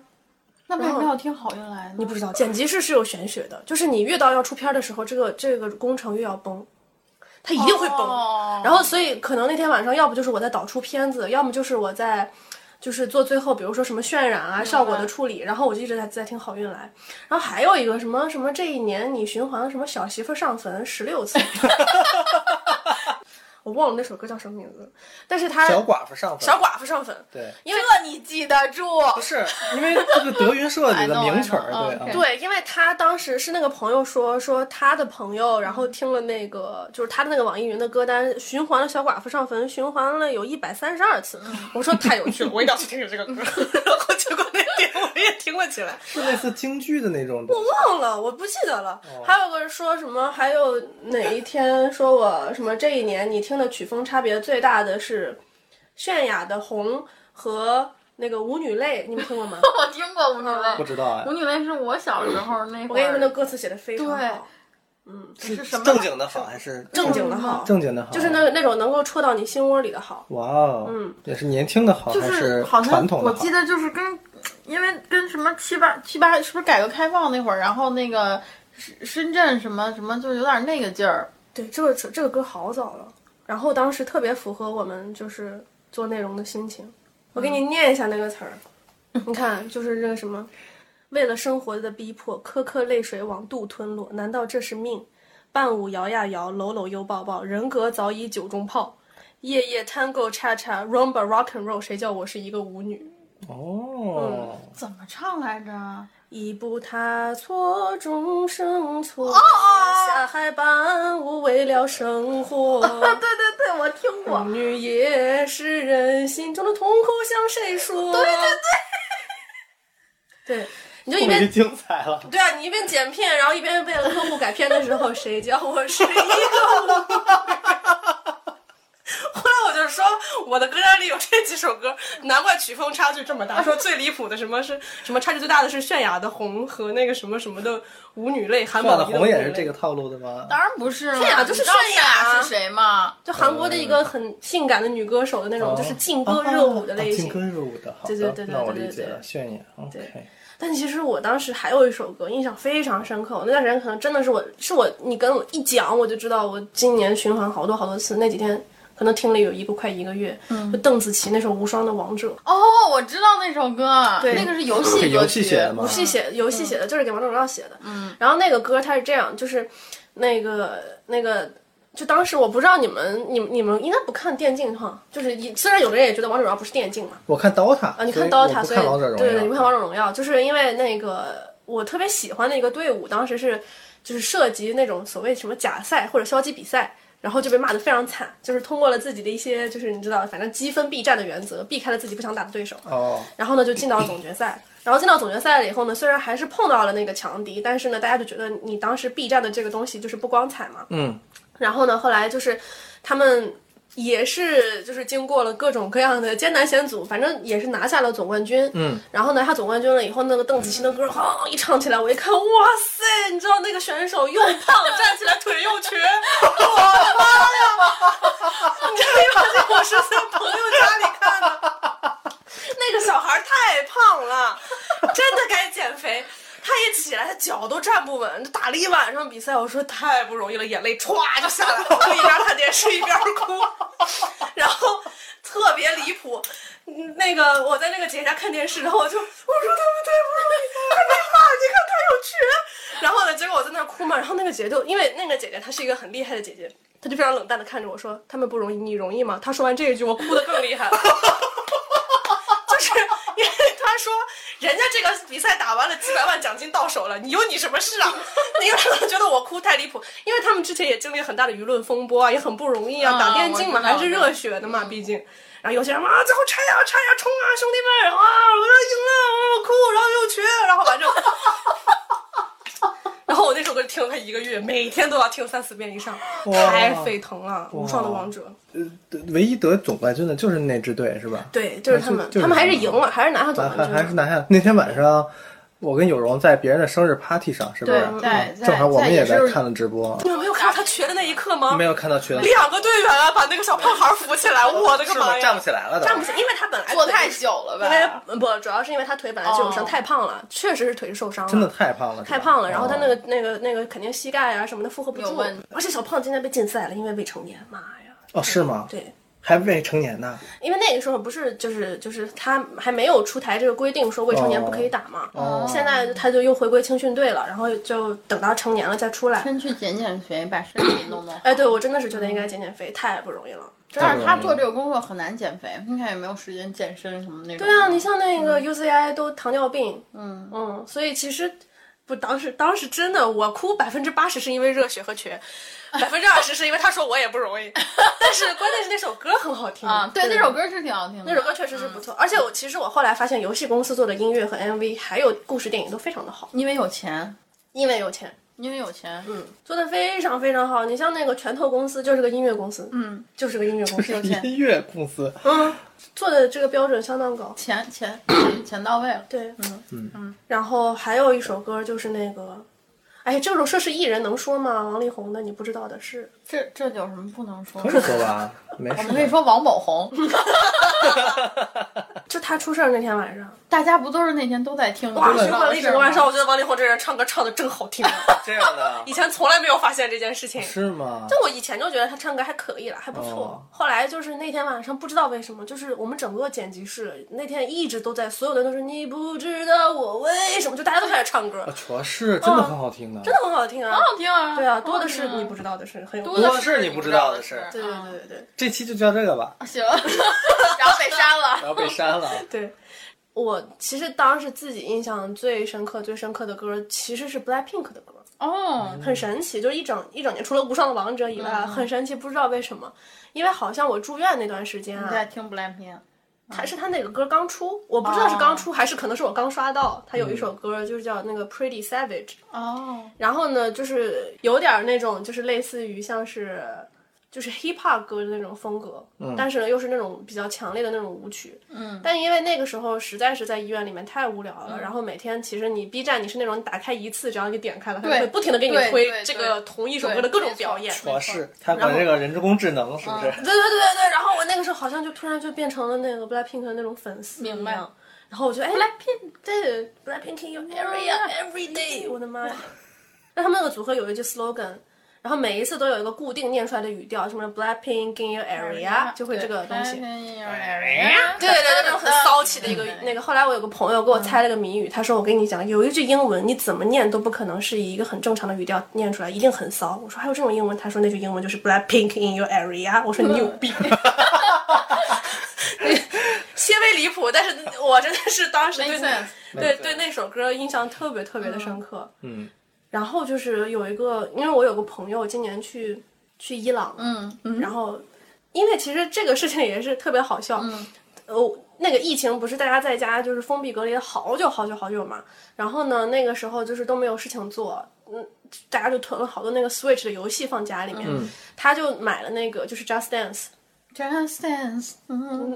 S2: 那为什么要听好运来呢？
S1: 你不知道，剪辑室是有玄学的，就是你越到要出片儿的时候，这个这个工程越要崩，它一定会崩。
S2: 哦
S1: 然后，所以可能那天晚上，要不就是我在导出片子，要么就是我在。就是做最后，比如说什么渲染啊、效果的处理，然后我就一直在在听《好运来》，然后还有一个什么什么这一年你循环什么小媳妇上坟十六次， 我忘了那首歌叫什么名字，但是他
S3: 小寡妇上分。
S1: 小寡妇上坟，
S3: 对，
S1: 因为
S2: 这你记得住？
S3: 不是因为这个德云社里
S2: I
S3: 的
S2: know,
S3: 名 曲儿，
S2: I know,
S3: 对
S2: okay
S3: 啊，
S1: 嗯对，因为他当时是那个朋友说说他的朋友，然后听了那个就是他的那个网易云的歌单，循环了《小寡妇上坟》，循环了有一百三十二次。我说太有趣了，我一定要去听听这个歌。 然后结果那天我也听了起来，
S3: 是类似京剧的那种东西。
S1: 忘了，我不记得了。还有个说什么，还有哪一天说我什么这一年你听的曲风差别最大的是泫雅的《红》和那个《舞女泪》，你们听过 吗？
S2: 我听过舞女
S3: 不
S2: 泪，
S3: 知道哎
S2: 舞，女泪是我小时候那会儿，
S1: 我跟你说，那歌词写的非常好，
S2: 是什么
S3: 正经的好还是
S1: 正经的好。
S3: 正经的好？
S1: 就是那那种能够戳到你心窝里的好。
S3: 哇哦，嗯，也是年轻的好
S2: 就
S3: 还
S2: 是好像
S3: 传统的
S2: 我
S3: 好？
S2: 记得就是跟，因为跟什么七八七八是不是改革开放那会儿，然后那个深深圳什么什么，就是有点那个劲儿。
S1: 对，这个这个歌好早了，然后当时特别符合我们就是做内容的心情。我给你念一下那个词儿，你看，就是那个什么，为了生活的逼迫，颗颗泪水往肚吞落，难道这是命？伴舞摇呀摇，搂搂又抱抱，人格早已酒中泡。夜夜 Tango 叉叉 Rumba Rock and Roll，谁叫我是一个舞女？嗯
S3: 哦，
S2: 怎么唱来着？
S1: 一步踏错，终生错，
S2: 哦
S1: 下海伴舞为了生活。
S2: 啊，对对对， 我听过。
S1: 舞女也是人心中的痛苦，向谁说？对 对对，对，你就一
S3: 过于
S1: 边
S3: 精彩了。
S1: 对啊，你一边剪片，然后一边为了客户改片的时候，谁叫我是一个舞女？ 后来我就说，我的歌单里有这几首歌，难怪曲风差距这么大。说最离谱的什么是什么差距最大的是泫雅的《红》和那个什么什么的舞女泪，韩
S3: 画
S1: 宝
S3: 的
S1: 仪的
S3: 红也
S1: 舞
S3: 是
S1: 女
S3: 这
S1: 泪
S3: 个套路的吗？
S2: 当然不是了，
S1: 泫雅啊就是
S2: 你知道
S1: 泫雅
S2: 泫雅是谁吗？
S1: 就韩国的一个很性感的女歌手的那种，就是劲歌热舞的类
S3: 哦啊劲
S1: 型。
S3: 歌热舞的，好的
S1: 对对对对
S3: 那我
S1: 对对
S3: 理解
S1: 对
S3: 了，炫眼，OK，
S1: 但其实我当时还有一首歌印象非常深刻，我那段时间可能真的是我是我你跟我一讲我就知道，我今年循环好多好多次，那几天可能听了有一个快一个月，就邓紫棋那首《无双的王者》，
S2: 哦，我知道那首歌，对那个是游戏歌
S3: 是游
S2: 曲
S3: 戏写的 吗
S1: 游戏写游戏写的，就是给王者荣耀写的。嗯，然后那个歌它是这样，就是那个那个。就当时我不知道你们，你们你们应该不看电竞哈，就是一虽然有的人也觉得王者荣耀不是电竞嘛，
S3: 我看 DOTA 啊
S1: 啊，你看 DOTA，所以对对，你不看王者荣耀，就是因为那个我特别喜欢的一个队伍，当时是就是涉及那种所谓什么假赛或者消极比赛。然后就被骂得非常惨，就是通过了自己的一些，就是你知道，反正积分避战的原则，避开了自己不想打的对手。
S3: 哦，
S1: 然后呢就进到了总决赛。然后进到总决赛了以后呢，虽然还是碰到了那个强敌，但是呢，大家就觉得你当时 B 站的这个东西就是不光彩嘛。
S3: 嗯。
S1: 然后呢，后来就是他们也是就是经过了各种各样的艰难险阻，反正也是拿下了总冠军。
S3: 嗯。
S1: 然后拿下总冠军了以后，那个邓紫棋的歌哈一唱起来，我一看，哇塞！你知道那个选手又胖， 站起来腿又瘸，我的妈呀！ 你知道，因为我是在朋友家里看的。 那个小孩儿太胖了，真的该减肥。他一起来，他脚都站不稳，打了一晚上比赛。我说太不容易了，眼泪歘就下来了，我一边看电视一边哭， 然后特别离谱。嗯那个我在那个节下看电视，然后我就我说他们太不容易了，他没骂，你看他有瘸。然后呢，结果我在那儿哭嘛，然后那个姐就因为那个姐姐她是一个很厉害的姐姐，她就非常冷淡的看着我说：“他们不容易，你容易吗？”她说完这一句，我哭的更厉害了。 就是因为他说人家这个比赛打完了，几百万奖金到手了，你有你什么事啊？你有可能觉得我哭太离谱，因为他们之前也经历很大的舆论风波啊，也很不容易啊，
S2: 啊
S1: 打电竞嘛
S2: 我知道
S1: 还是热血的嘛，毕竟。然后有些人嘛啊，最后拆呀、拆呀、冲啊，兄弟们啊，我要赢了，我哭，然后又瘸，然后反正。然后我那首歌听了他一个月，每天都要听三四遍以上，
S3: 哇
S1: 太沸腾了，无双的王者。
S3: 对呃唯一得总冠军的就是那支队是吧？
S1: 对，就是
S3: 那
S1: 他
S3: 就
S1: 们，
S3: 就是
S1: 他们还是
S3: 他们
S1: 赢了，还是拿下总
S3: 还
S1: 冠军
S3: 还
S1: 了。
S3: 还是拿下那天晚上。我跟有容在别人的生日 party 上，是不是
S2: 对？在在
S3: 正好我们也在
S2: 在也是
S3: 看了直播，
S1: 你们没有看到他瘸的那一刻吗？
S3: 没有看到群，
S1: 两个队员啊，把那个小胖孩扶起来，我的个
S3: 是
S1: 妈
S3: 我站
S1: 呀！
S3: 不起来了都，
S1: 站不起，因为他本来
S2: 做太久了
S1: 因为
S2: 吧？
S1: 不主要是因为他腿本来就有伤，
S2: 哦
S1: 太胖了，确实是腿受伤了，
S3: 真的太胖了，是吧
S1: 太胖了。然后他那个
S3: 哦
S1: 那个那个肯定膝盖啊什么的负荷不
S2: 有
S1: 住
S2: 问题，
S1: 而且小胖今天被禁赛了，因为未成年。妈呀！
S3: 哦是吗？
S1: 对，
S3: 还未成年呢，
S1: 因为那个时候不是就是就是他还没有出台这个规定说未成年不可以打嘛。
S3: 哦
S1: 现在他就又回归青训队了，然后就等到成年了再出来。
S2: 先去减减肥，把身体弄 弄好。
S1: 哎，对我真的是觉得应该减减肥，太不容易了。真
S2: 但
S1: 的
S2: 是
S3: 嗯
S2: 他做这个工作很难减肥，你看也没有时间健身什么那种。
S1: 对啊，你像那
S2: 嗯
S1: 个 UCI 都糖尿病，嗯嗯，所以其实不当时当时真的我哭百分之八十是因为热血和瘸，百分之二十是因为他说我也不容 易，但是关键是那首歌很好听
S2: 啊，对，那首歌嗯是挺好听的。
S1: 那首歌确实是不错，而且我其实我后来发现游戏公司做的音乐和 MV 还有故事电影都非常的好，
S2: 因为有钱，
S1: 因为有钱，
S2: 因为有钱，嗯，
S1: 做的非常非常好。你像那个拳头公司就是个音乐公司，嗯，就是个音乐公司，
S2: 有钱，
S3: 音乐公司
S1: 嗯，做的这个标准相当高。
S2: 钱钱钱钱到位了。
S1: 对，嗯嗯。然后还有一首歌就是那个，哎，这种涉事艺人能说吗？王力宏的《你不知道的事
S2: 这这有什么不能 说？
S3: 可以说吧，没
S2: 我
S3: 事
S2: 们可以说王某红，
S1: 就他出事儿那天晚上，
S2: 大家不都是那天都在听吗？
S1: 哇，
S2: 知
S1: 循
S2: 道
S1: 环了一整个晚
S2: 是吗
S1: 上，我觉得王力宏这人唱歌唱的真好听啊，
S3: 这样 的
S1: 以前从来没有发现这件事情。
S3: 是吗？
S1: 但我以前就觉得他唱歌还可以了，还不错。
S3: 哦
S1: 后来就是那天晚上，不知道为什么，就是我们整个剪辑室那天一直都在，所有的人都是你不知道我为什么，就大家都开始唱歌
S3: 啊，，确实真的很好听的，
S1: 真的很好听啊。
S2: 好听啊！
S1: 对啊，多的是
S2: 好听啊
S1: 你不知道的事，很有。
S2: 多
S3: 的是你不知道的事
S2: 是
S1: 对对对对对。
S3: 这期就叫这个 吧，
S2: 行， 然后被删了。
S3: 然后被删了。
S1: 对，我其实当时自己印象最深刻、最深刻的歌其实是 BLACKPINK 的歌，
S2: 哦，
S1: 很神奇，就是一整一整年，除了《无上的王者》以
S2: 嗯
S1: 外，很神奇，不知道为什么，因为好像我住院那段时间
S2: 你在
S1: 啊，
S2: 听 Blackpink
S1: 他是他那个歌刚出，我不知道是
S2: 哦
S1: 刚出、还是可能是我刚刷到，他
S2: 嗯
S1: 有一首歌就是叫那个 Pretty Savage，
S2: 哦，
S1: 然后呢，就是有点儿那种，就是类似于像是就是 hip hop 歌的那种风格，但是呢又是那种比较强烈的那种舞曲，嗯，但因为那个时候实在是在医院里面太无聊
S2: 嗯
S1: 了，然后每天其实你 B 站你是那种你打开一次，只要你点开了，它就
S2: 对
S1: 会不停的给你
S2: 对
S1: 推
S2: 对
S1: 这
S2: 对
S1: 个同一首歌的各种
S2: 没错
S1: 表演，
S2: 没错
S3: 我是他管这个人工智能是不是？
S1: 对对对对对，然后我那个时候好像就突然就变成了那个 BLACKPINK 的那种粉丝一样，
S2: 明白
S1: 然后我就哎，BLACKPINK 对 BLACKPINK in your area every day，我的妈呀！那他们那个组合有一句 slogan，然后每一次都有一个固定念出来的语调，什么 BLACKPINK in your area，就会这个东西。对对对，嗯那种很骚气的一个
S2: 嗯
S1: 那个。后来我有个朋友给我猜了个谜语，他说我跟你讲，有一句英文你怎么念都不可能是以一个很正常的语调念出来，一定很骚。我说还有这种英文，他说那句英文就是 Blackpink in your area。我说你有 病， 些微离谱，但是我真的是当时对
S2: Make sense
S1: 对对那首歌印象特别特别的深刻。
S3: 嗯，
S1: 然后就是有一个，因为我有个朋友今年去去伊朗，
S2: 嗯嗯，
S1: 然后，因为其实这个事情也是特别好笑，呃，那个疫情不是大家在家就是封闭隔离了好久好久好久嘛，然后呢，那个时候就是都没有事情做，嗯，大家就囤了好多那个 Switch 的游戏放家里面，
S3: 嗯
S1: 他就买了那个就是 Just Dance，
S2: Just Dance，嗯，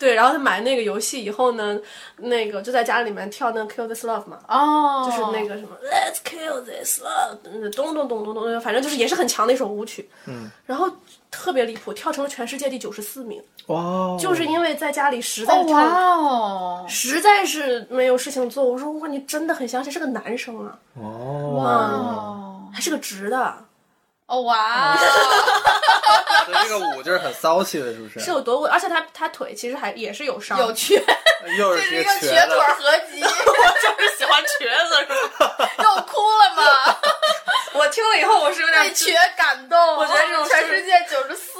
S1: 对，然后他买那个游戏以后呢，那个就在家里面跳那个 Kill This Love 嘛，
S2: 哦，
S1: 就是那个什么 Let's kill this love，嗯咚咚咚咚咚，反正就是也是很强的一首舞曲。嗯，然后特别离谱，跳成了全世界第九十四名，
S3: 哇，哦
S1: 就是因为在家里实在
S2: 哦，
S1: 是跳，
S2: 哇哦，
S1: 实在是没有事情做。我说哇，你真的很相信是个男生啊，
S3: 哦，
S2: 哦，
S1: 还是个直的，
S2: 哦哇哦，
S3: 所以这个舞就是很骚气的，是不是？
S1: 是有多稳？而且他他腿其实还也是有伤，
S2: 有趣，
S3: 又
S2: 这
S3: 是
S2: 是
S3: 一
S2: 一
S3: 个
S2: 个
S3: 瘸
S2: 瘸腿
S3: 子，
S2: 合 集，
S1: 是喜欢瘸子是吧？
S2: 又哭了吗？
S1: 我听了以后我是有
S2: 被
S1: 点
S2: 瘸感动，我
S1: 觉得这种事
S2: 全世界九十四，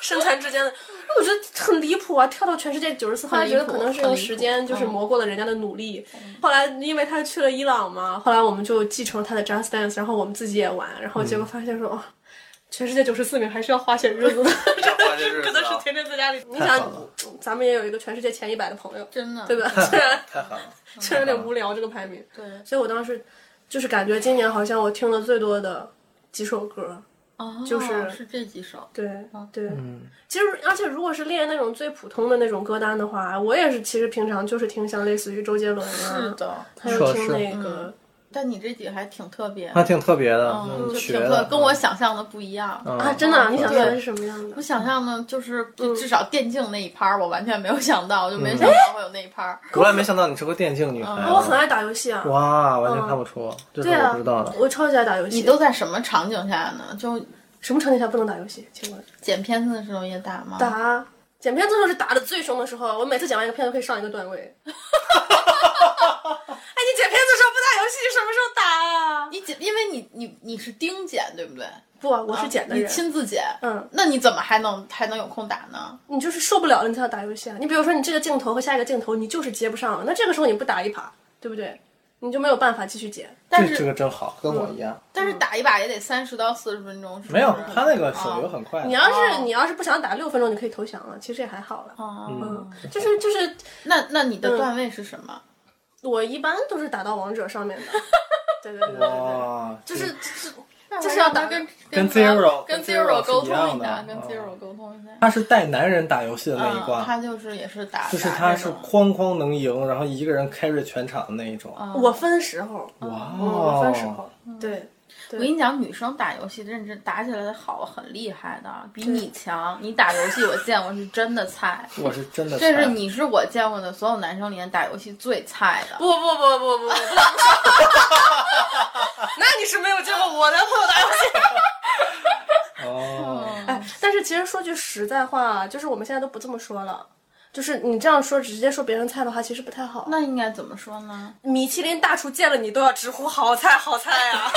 S1: 身残志坚的，哎那我觉得很离谱啊！跳到全世界九十四，后来觉得可能是用时间就是磨过了人家的努力。后来因为他去了伊朗嘛，后来我们就继承了他的 Just Dance，然后我们自己也玩，然后结
S3: 嗯
S1: 果发现说，哦，全世界九十四名还是要花些日子的，
S3: 可
S1: 真的是天天在家里。你
S3: 太
S1: 想
S3: 好了，
S1: 咱们也有一个全世界前一百的朋友，
S2: 真的，
S1: 对 吧？虽然
S3: 太好了，
S1: 虽然有点无聊这个排名，
S2: 对，
S1: 所以我当时就是感觉今年好像我听的最多的几首歌，
S2: 哦，
S1: 就是
S2: 是这几首，
S1: 对对，
S3: 嗯
S2: 嗯
S1: 其实而且如果是列那种最普通的那种歌单的话，我也是其实平常就是听像类似于周杰伦
S2: 是
S1: 啊，
S2: 的，嗯
S1: 还有
S3: 是
S1: 听
S3: 是
S1: 那个
S2: 但你这几个还挺特别，
S3: 还挺特别的，
S2: 嗯，就
S3: 瘸
S2: 挺特
S3: 的，
S2: 跟我想象的不一样。
S3: 嗯
S1: 啊，真的啊，你想象的是什么样的
S2: 嗯我？想象的就是
S1: 嗯
S2: 就至少电竞那一趴儿，我完全没有想到，就没
S3: 嗯
S2: 想到会有那一趴儿。
S3: 我也没想到你是个电竞女孩
S2: 嗯
S3: 啊，
S1: 我很爱打游戏啊，
S3: 哇，完全看不出，这是
S1: 对
S3: 我
S1: 啊
S3: 不知道的，。
S1: 我超级爱打游戏。
S2: 你都在什么场景下呢？就
S1: 什么场景下不能打游戏？请问
S2: 剪片子的时候也打吗？
S1: 打啊剪片子的时候是打的最凶的时候，我每次剪完一个片子可以上一个段位。 哎，你剪片子的时候不打游戏，什么时候打啊？
S2: 你剪，因为你你你是盯剪对不对？
S1: 不啊，我是剪的
S2: 你
S1: 人。
S2: 亲自剪，
S1: 嗯，
S2: 那你怎么还能还能有空打呢？
S1: 你就是受不了了，你才要打游戏啊！你比如说，你这个镜头和下一个镜头，你就是接不上，那这个时候你不打一把，对不对？你就没有办法继续接。
S2: 但
S3: 这
S2: 是
S3: 这个真好，跟我一样。
S2: 但是打一把也得三十到四十分钟，是不是
S3: 没有，他那个手游很快的。
S1: 你要
S2: 哦
S1: 是你要是不想打六分钟，你可以投降了，其实也还好了。
S3: 嗯
S2: 哦，
S1: 就是就是，
S2: 那那你
S1: 嗯
S2: 的段位是什么？
S1: 我一般都是打到王者上面的。对对对对对，
S3: 哇，就
S1: 就是就是
S2: 就是
S1: 要
S2: 打
S1: 打
S2: 跟
S3: 跟 Zero
S2: 跟
S3: 跟 Zero
S2: 沟
S3: 是一
S2: 通
S3: 样
S2: 一
S3: 的
S2: 下，跟
S3: 嗯
S2: Zero 沟通一下。
S3: 他是带男人打游戏的那一
S2: 嗯，
S3: 挂，
S2: 他就是也是打，
S3: 就是
S2: 打
S3: 他
S2: 这
S3: 是
S2: 种
S3: 哐哐
S2: 哦
S3: 能赢，然后一个人 carry 全场的那一种。
S1: 我分时候，嗯
S3: 哇
S1: 我
S3: 哦
S1: 分时候，对，
S2: 我跟你讲，女生打游戏认真打起来的好，很厉害的，比你强。你打游戏我见过是真的菜，
S3: 我是真的
S2: 这
S3: 菜，
S2: 是你是我见过的所有男生里面打游戏最菜的。
S1: 不不不不不不， 那你是没有见过我男朋友打游戏。
S3: 哦，
S2: 嗯
S1: 哎，但是其实说句实在话，就是我们现在都不这么说了。就是你这样说，直接说别人菜的话，其实不太好。
S2: 那应该怎么说呢？
S1: 米其林大厨见了你都要直呼好菜好菜啊！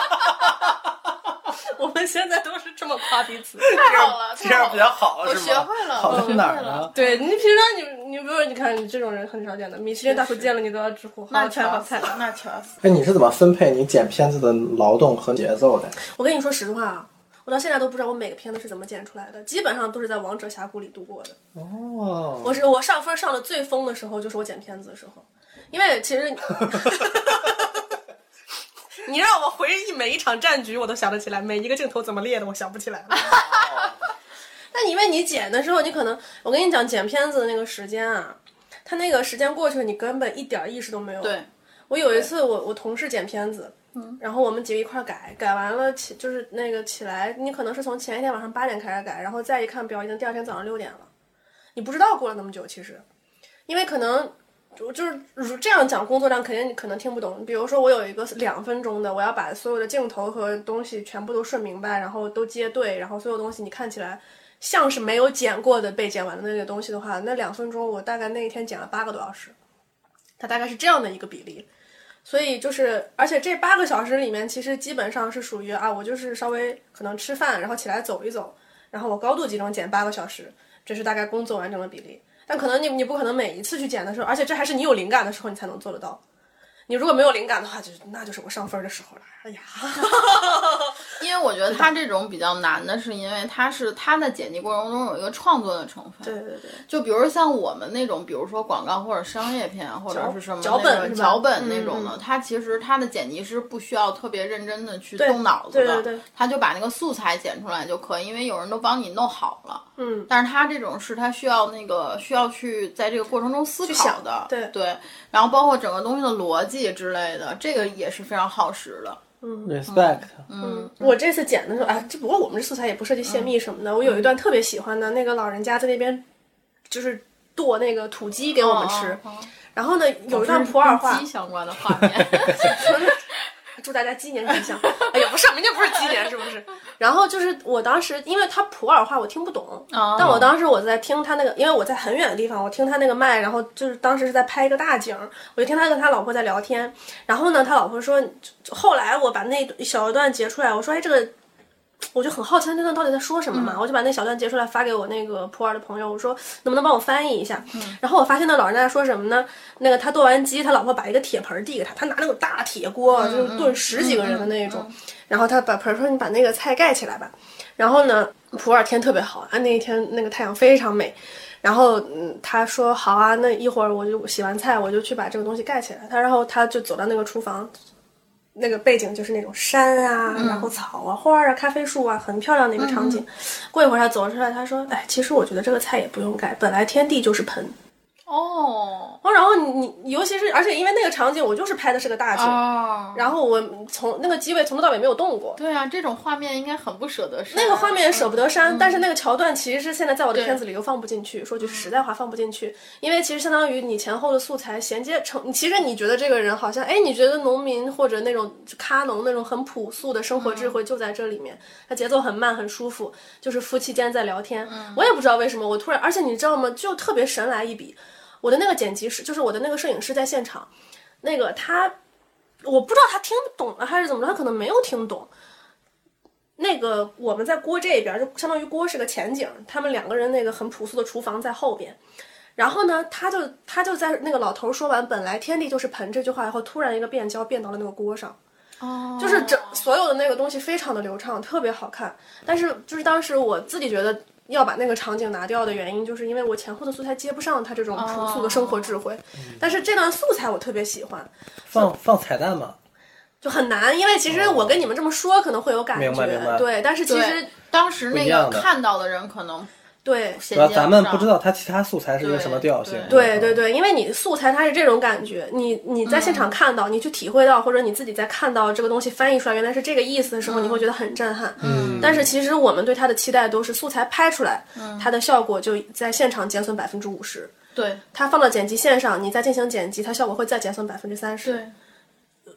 S1: 我们现在都是这么夸彼此。
S2: 太好了，
S3: 这样比较好，
S2: 我
S3: 是吗
S2: 学会了
S3: 好
S2: 我
S3: 在
S2: 学
S3: 哪
S2: 会
S3: 儿
S2: 了
S3: 呢？
S1: 对你平常你你比如说你看你这种人很少见的，米其林大厨见了你都要直呼
S2: 那
S1: 好菜好菜。
S2: 那全死。
S3: 哎，你是怎么分配你剪片子的劳动和节奏的？
S1: 我跟你说实话啊，我到现在都不知道我每个片子是怎么剪出来的，基本上都是在《王者峡谷》里度过的。
S3: 哦，
S1: 我是我上分上的最疯的时候，就是我剪片子的时候，因为其实 你让我回忆每一场战局，我都想得起来，每一个镜头怎么列的，我想不起来了。 但因为你剪的时候，你可能我跟你讲，剪片子的那个时间啊，它那个时间过去了，你根本一点儿意识都没有。
S2: 对，
S1: 我有一次我，我同事剪片子，然后我们几个一块儿改，改完了起就是那个起来，你可能是从前一天晚上八点开始改，然后再一看表，已经第二天早上六点了，你不知道过了那么久，其实，因为可能。就就是如这样讲工作量，肯定你可能听不懂。比如说，我有一个两分钟的，我要把所有的镜头和东西全部都顺明白，然后都接对，然后所有东西你看起来像是没有剪过的被剪完的那个东西的话，那两分钟我大概那一天剪了八个多小时，它大概是这样的一个比例。所以就是，而且这八个小时里面，其实基本上是属于啊，我就是稍微可能吃饭，然后起来走一走，然后我高度集中剪八个小时，这是大概工作完整的比例。但可能你你不可能每一次去剪的时候，而且这还是你有灵感的时候你才能做得到。你如果没有灵感的话，就是那就是我上分的时候了。哎呀，
S2: 因为我觉得他这种比较难的是，因为他是他的剪辑过程中有一个创作的成分。
S1: 对对对，
S2: 就比如像我们那种，比如说广告或者商业片啊或者是什么
S1: 脚本
S2: 那种
S1: 是吧嗯
S2: 脚本那种的，它其实它的剪辑师不需要特别认真的去动脑子
S1: 对对
S2: 的，
S1: 对
S2: 他就把那个素材剪出来就可以，因为有人都帮你弄好了。
S1: 嗯，
S2: 但是他这种是他需要那个需要去在这个过程中思
S1: 去
S2: 考
S1: 想
S2: 的，
S1: 对
S2: 对，然后包括整个东西的逻辑之类的，这个也是非常耗时的。
S3: respect，
S1: 嗯，我这次剪的时候，哎，这不过我们这素材也不涉及泄密什么的。我有一段特别喜欢的，那个老人家在那边就是剁那个土鸡给我们吃，
S2: 哦哦
S1: 然后呢有一段
S2: 跟
S1: 普洱话
S2: 鸡，相关的画 面，
S1: 祝大家鸡年吉祥。哎呀，不是，明天不是鸡年，是不是？ 然后就是我当时，因为他普洱话我听不懂，
S2: 哦
S1: 但我当时我在听他那个，因为我在很远的地方，我听他那个麦，然后就是当时是在拍一个大景儿，我就听他跟他老婆在聊天。然后呢，他老婆说，就就后来我把那一小段截出来，我说，哎，这个。我就很好奇他那段到底在说什么嘛，我就把那小段截出来发给我那个普洱的朋友，我说能不能帮我翻译一下？然后我发现那老人家说什么呢？那个他剁完鸡，他老婆把一个铁盆儿递给他，他拿那种大铁锅，就是炖十几个人的那一种。然后他把盆儿说：“你把那个菜盖起来吧。”然后呢，普洱天特别好啊，那一天那个太阳非常美。然后嗯，他说：“好啊，那一会儿我就洗完菜，我就去把这个东西盖起来。”他然后他就走到那个厨房。那个背景就是那种山啊，然后草啊、花儿啊、咖啡树啊，很漂亮的一个场景。过一会儿他走出来，他说：“哎，其实我觉得这个菜也不用盖，本来天地就是盆。”
S2: 哦
S1: 哦，然后你你，尤其是而且因为那个场景，我就是拍的是个大景，
S2: 哦，
S1: 然后我从那个机位从头到尾没有动过。
S2: 对啊，这种画面应该很不舍得删。
S1: 那个画面舍不
S2: 得，
S1: 得删，但是那个桥段其实是现在在我的
S2: 对
S1: 片子里又放不进去。说句实在话，放不进去，因为其实相当于你前后的素材衔接成，其实你觉得这个人好像，哎，你觉得农民或者那种咖农那种很朴素的生活智慧就在这里面，他节奏很慢，很舒服，就是夫妻间在聊天。我也不知道为什么，我突然，而且你知道吗？就特别神来一笔，我的那个剪辑师，就是我的那个摄影师在现场，那个他。我不知道他听懂了还是怎么着，他可能没有听懂，那个我们在锅这边，就相当于锅是个前景，他们两个人那个很朴素的厨房在后边。然后呢，他就他就在那个老头说完“本来天地就是盆”这句话以后，突然一个变焦变到了那个锅上，
S2: 哦、
S1: 就是整所有的那个东西非常的流畅，特别好看。但是就是当时我自己觉得要把那个场景拿掉的原因，就是因为我前后的素材接不上他这种朴素的生活智慧。但是这段素材我特别喜欢，
S3: 放放彩蛋嘛，
S1: 就很难，因为其实我跟你们这么说可能会有感觉，
S3: 明白明白
S1: 哦对，但是其
S2: 对
S1: 实
S2: 当时那
S3: 不一样
S2: 个
S3: 的
S2: 看到的人可能
S1: 对
S2: 衔
S3: 对吧？
S2: 接
S3: 咱们
S2: 上
S3: 不知道它其他素材是一个什么调性。
S1: 对对对，因为你素材它是这种感觉，你你在现场看到，你去体会到，或者你自己在看到这个东西翻译出来原来是这个意思的时候，你会觉得很震撼。嗯，但是其实我们对它的期待都是素材拍出来，它的效果就在现场减损百分之五十，
S2: 对
S1: 它放到剪辑线上，你再进行剪辑，它效果会再减损百分之三十。
S2: 对，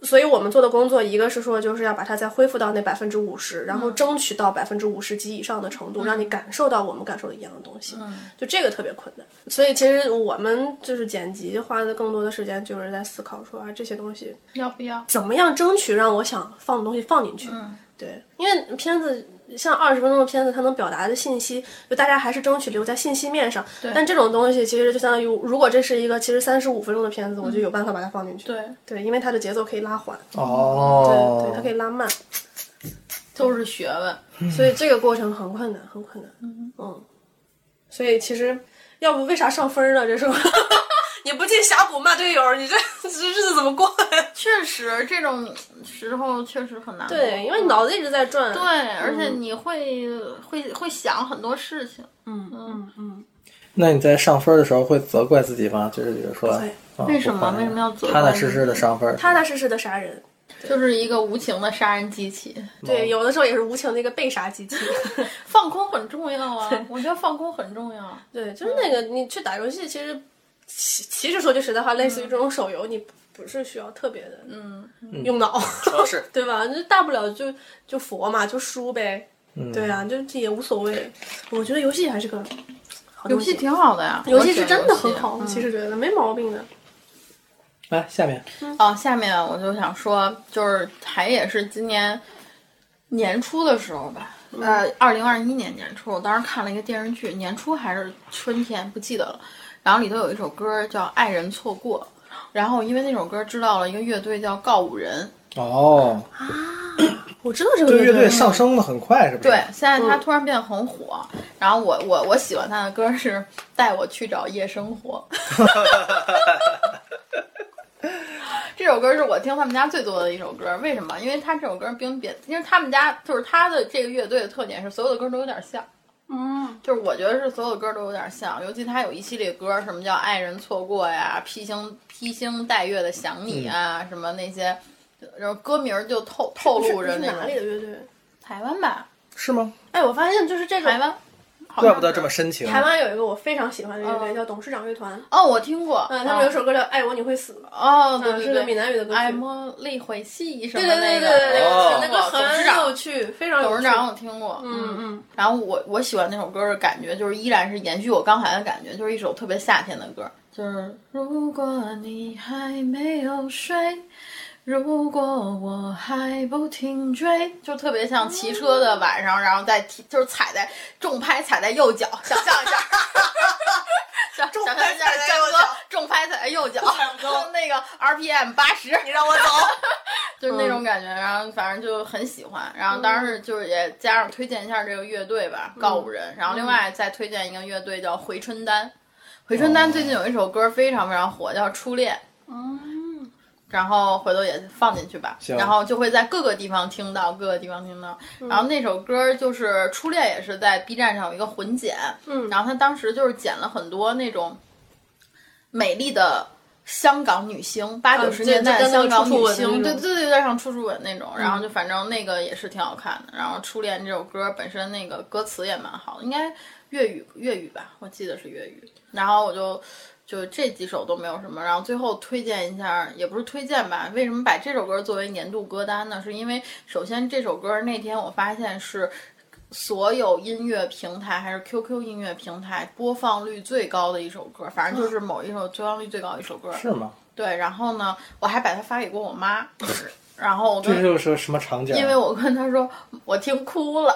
S1: 所以我们做的工作，一个是说就是要把它再恢复到那百分之五十，然后争取到百分之五十及以上的程度，让你感受到我们感受的一样的东西。就这个特别困难。所以其实我们就是剪辑花的更多的时间就是在思考说啊这些东西
S2: 要不要？
S1: 怎么样争取让我想放的东西放进去。
S2: 嗯
S1: 对，因为片子像二十分钟的片子，它能表达的信息，就大家还是争取留在信息面上。但这种东西其实就相当于，如果这是一个其实三十五分钟的片子，我就有办法把它放进去。
S2: 对，
S1: 对，因为它的节奏可以拉缓。
S3: 哦，
S1: 对，它可以拉慢，
S2: 都是学问。
S1: 所以这个过程很困难，很困难。嗯所以其实要不为啥上分呢？这是 你不进峡谷骂队友，你这这日子怎么过呀？
S2: 确实，这种时候确实很难过。
S1: 对，因为你脑嗯子一直在转。
S2: 对，而且你会、会会想很多事情。
S1: 嗯嗯，
S3: 那你在上分的时候会责怪自己吗？就是比如说，
S1: 会
S3: 啊
S2: 为什么
S3: 不会
S2: 为什么要责怪
S3: 踏踏实实的上分？
S1: 踏踏实实的杀人。
S2: 就是一个无情的杀人机器。
S1: 对，有的时候也是无情的一个被杀机 器。
S2: 放空很重要啊，我觉得放空很重要。
S1: 对，就是那个你去打游戏，其实其其实说句实在话，类似于这种手游，你不不是需要特别的
S2: 嗯，
S1: 用脑，
S3: 主要是
S1: 对吧？那大不了就就佛嘛，就输呗。对啊，就这也无所谓。我觉得游戏还是个好
S2: 游
S1: 东
S2: 戏
S1: 西，
S2: 挺好的呀，
S1: 游戏是真的很好，
S2: 我
S1: 我
S2: 觉得游戏啊嗯
S1: 其实觉得没毛病的。
S3: 来下面
S2: 哦，下面我就想说，就是还也是今年年初的时候吧，呃，二零二一年年初，我当时看了一个电视剧，年初还是春天，不记得了。然后里头有一首歌叫《爱人错过》，然后因为那首歌知道了一个乐队叫告五人，
S3: 哦，
S1: 我知道这个
S3: 这个乐
S1: 队
S3: 队上升的很快，是不是？
S2: 对，现在
S1: 嗯
S2: 他突然变得很火。然后我我我喜欢他的歌是《带我去找夜生活》， 这首歌是我听他们家最多的一首歌。为什么？因为他这首歌并别，因为他们家就是他的这个乐队的特点是所有的歌都有点像。
S1: 嗯，
S2: 就是我觉得是所有歌都有点像，尤其他有一系列歌，什么叫爱人错过呀，披星披星戴月的想你啊，什么那些，然后歌名儿就透透
S1: 嗯
S2: 露
S1: 是
S2: 着那
S1: 哪里
S2: 种
S1: 的乐队？
S2: 台湾吧，
S3: 是吗？
S1: 哎，我发现就是这个
S2: 台湾，好
S3: 怪
S2: 像
S3: 不得
S2: 是
S3: 这么深情。
S1: 台湾有一个我非常喜欢的乐队
S2: 嗯
S1: 叫董事长乐团，
S2: 哦，我听过，
S1: 嗯，他们有首歌叫《爱我你会死》，
S2: 哦，对
S1: 嗯，
S2: 对
S1: 是
S2: 对，
S1: 个闽南语的歌
S2: 爱
S1: 曲。
S2: 茉莉回戏什
S1: 对
S2: 么
S1: 对对
S2: 那
S1: 对
S2: 个，
S1: 对，
S3: 哦
S1: 那个很有趣，非常
S2: 董
S1: 有
S2: 事
S1: 趣。
S2: 长我听过，
S1: 嗯嗯，
S2: 然后我我喜欢那首歌的感觉，就是依然是延续我刚才的感觉，就是一首特别夏天的歌，就是如果你还没有睡。如果我还不停追，就特别像骑车的晚上，然后再踢，就是踩在重拍踩在右脚，想象一下， 想想象一下
S1: 踩在
S2: 张
S1: 右
S2: 哥
S1: 脚
S2: 重拍踩在右 脚，那个 RPM 八十，
S1: 你让我走。
S2: 就是那种感觉，然后反正就很喜欢，然后当时就是也加上推荐一下这个乐队吧，告五人，然后另外再推荐一个乐队叫回春丹，回春丹最近有一首歌非常非常火，叫《初恋》，
S1: 嗯，
S2: 然后回头也放进去吧，
S3: 行
S2: 然后就会在各个地方听到，各个地方听到，然后那首歌就是《初恋》也是在 B 站上有一个混剪，
S1: 嗯
S2: 然后他当时就是剪了很多那种美丽的香港女星，八九十年代的香港女星，
S1: 嗯就就跟那个初初吻那种
S2: 对
S1: 嗯
S2: 对对，有点像初初吻那种。然后就反正那个也是挺好看的。然后《初恋》这首歌本身那个歌词也蛮好的，应该粤语粤语吧，我记得是粤语。然后我就。就这几首都没有什么，然后最后推荐一下，也不是推荐吧？为什么把这首歌作为年度歌单呢？是因为首先这首歌那天我发现是所有音乐平台还是 QQ 音乐平台播放率最高的一首歌，反正
S1: 嗯
S2: 就是某一首播放率最高的一首歌。
S3: 是吗？
S2: 对，然后呢，我还把它发给过 我妈，然后我
S3: 这
S2: 跟。
S3: 就是什么场景？啊
S2: 因为我跟她说我听哭了，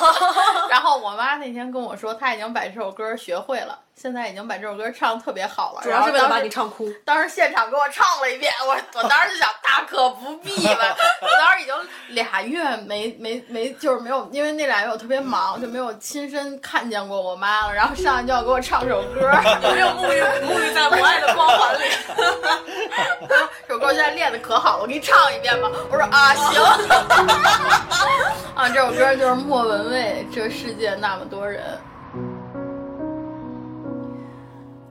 S2: 然后我妈那天跟我说她已经把这首歌学会了，现在已经把这首歌唱得特别好了，
S1: 主要是为了
S2: 然后当
S1: 把
S2: 时
S1: 你唱哭。
S2: 当时现场给我唱了一遍，我我当时就想大可不必吧，我当时已经俩月没没没就是没有，因为那俩月我特别忙，就没有亲身看见过我妈了。然后上来就要给我唱首歌，
S1: 有没有沐浴沐浴在母爱的光环里？
S2: 这首歌我现在练的可好了，我给你唱一遍吧。我说啊行， 啊这首歌就是莫文蔚《这世界那么多人》。
S4: 我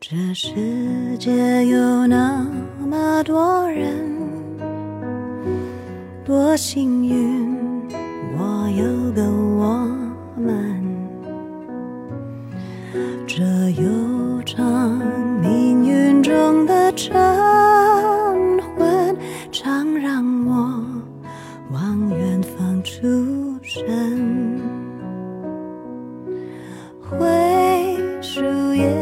S4: 这世界有那么多人，多幸运，我有个我们。这悠长命运中的晨昏，常让我望远方出神。灰树叶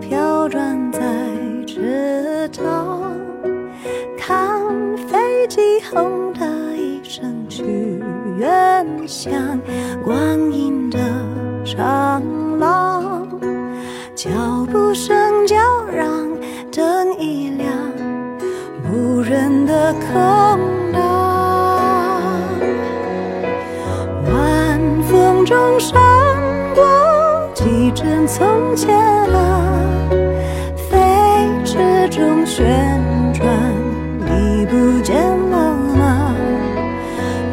S4: 飘转在池塘，看飞机轰的一声去远乡，光阴的长廊，脚步声叫嚷，灯一亮，无人的空荡。晚风中闪过几帧从前啊，飞驰中旋转，你不见了吗？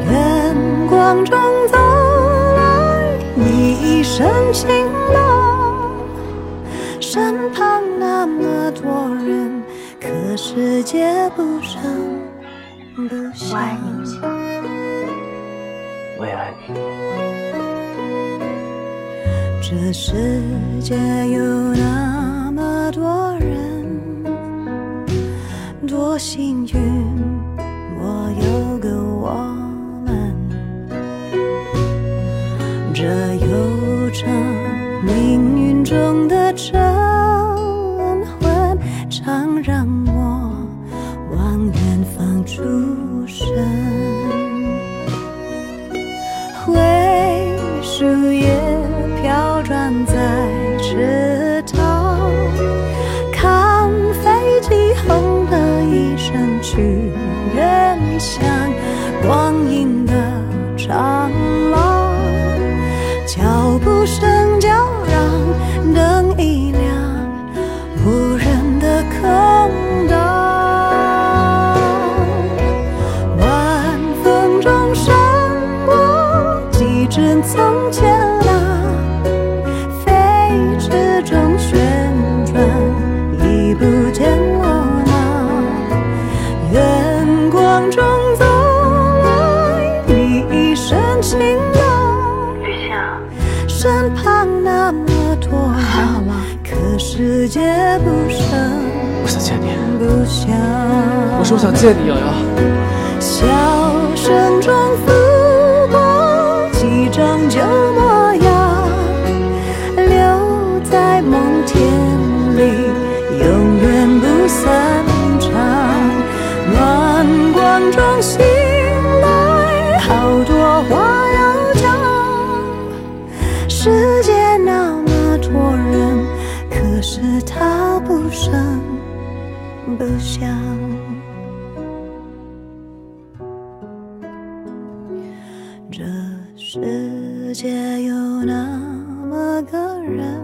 S4: 远光中走来，你一身晴朗，身旁那么多人，可世界不声不响。
S5: 我也爱你。
S4: 这世界有那么多人，多幸运，我有个我们。这悠长命运中的晨昏，常让我往远方出神。灰树叶飘转在池塘，看飞机轰的一声去远乡，光阴的长廊，脚步声叫嚷，灯一亮，无人的空荡。晚风中闪过几帧从前啊，飞驰中旋转，已不见我吗？远光中走来，你一身晴朗，
S5: 雨下，
S4: 身旁那么多人，可世界不声
S5: 我想见你。
S4: 不响。
S5: 我说我想见你，哦瑶瑶。
S4: 笑声中拂过几张旧模样，留在梦田里，永远不散场。暖光中醒来，好多话要讲。世界那么多人，可是他不声不响。这世界有那么个人，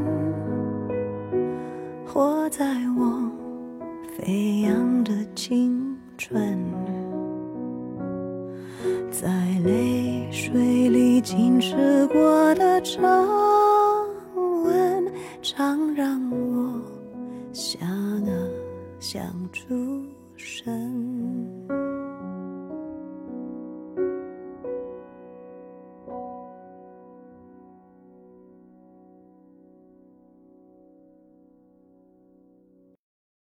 S4: 活在我飞扬的青春，在泪水里浸湿过的掌纹，常让我想啊想出神。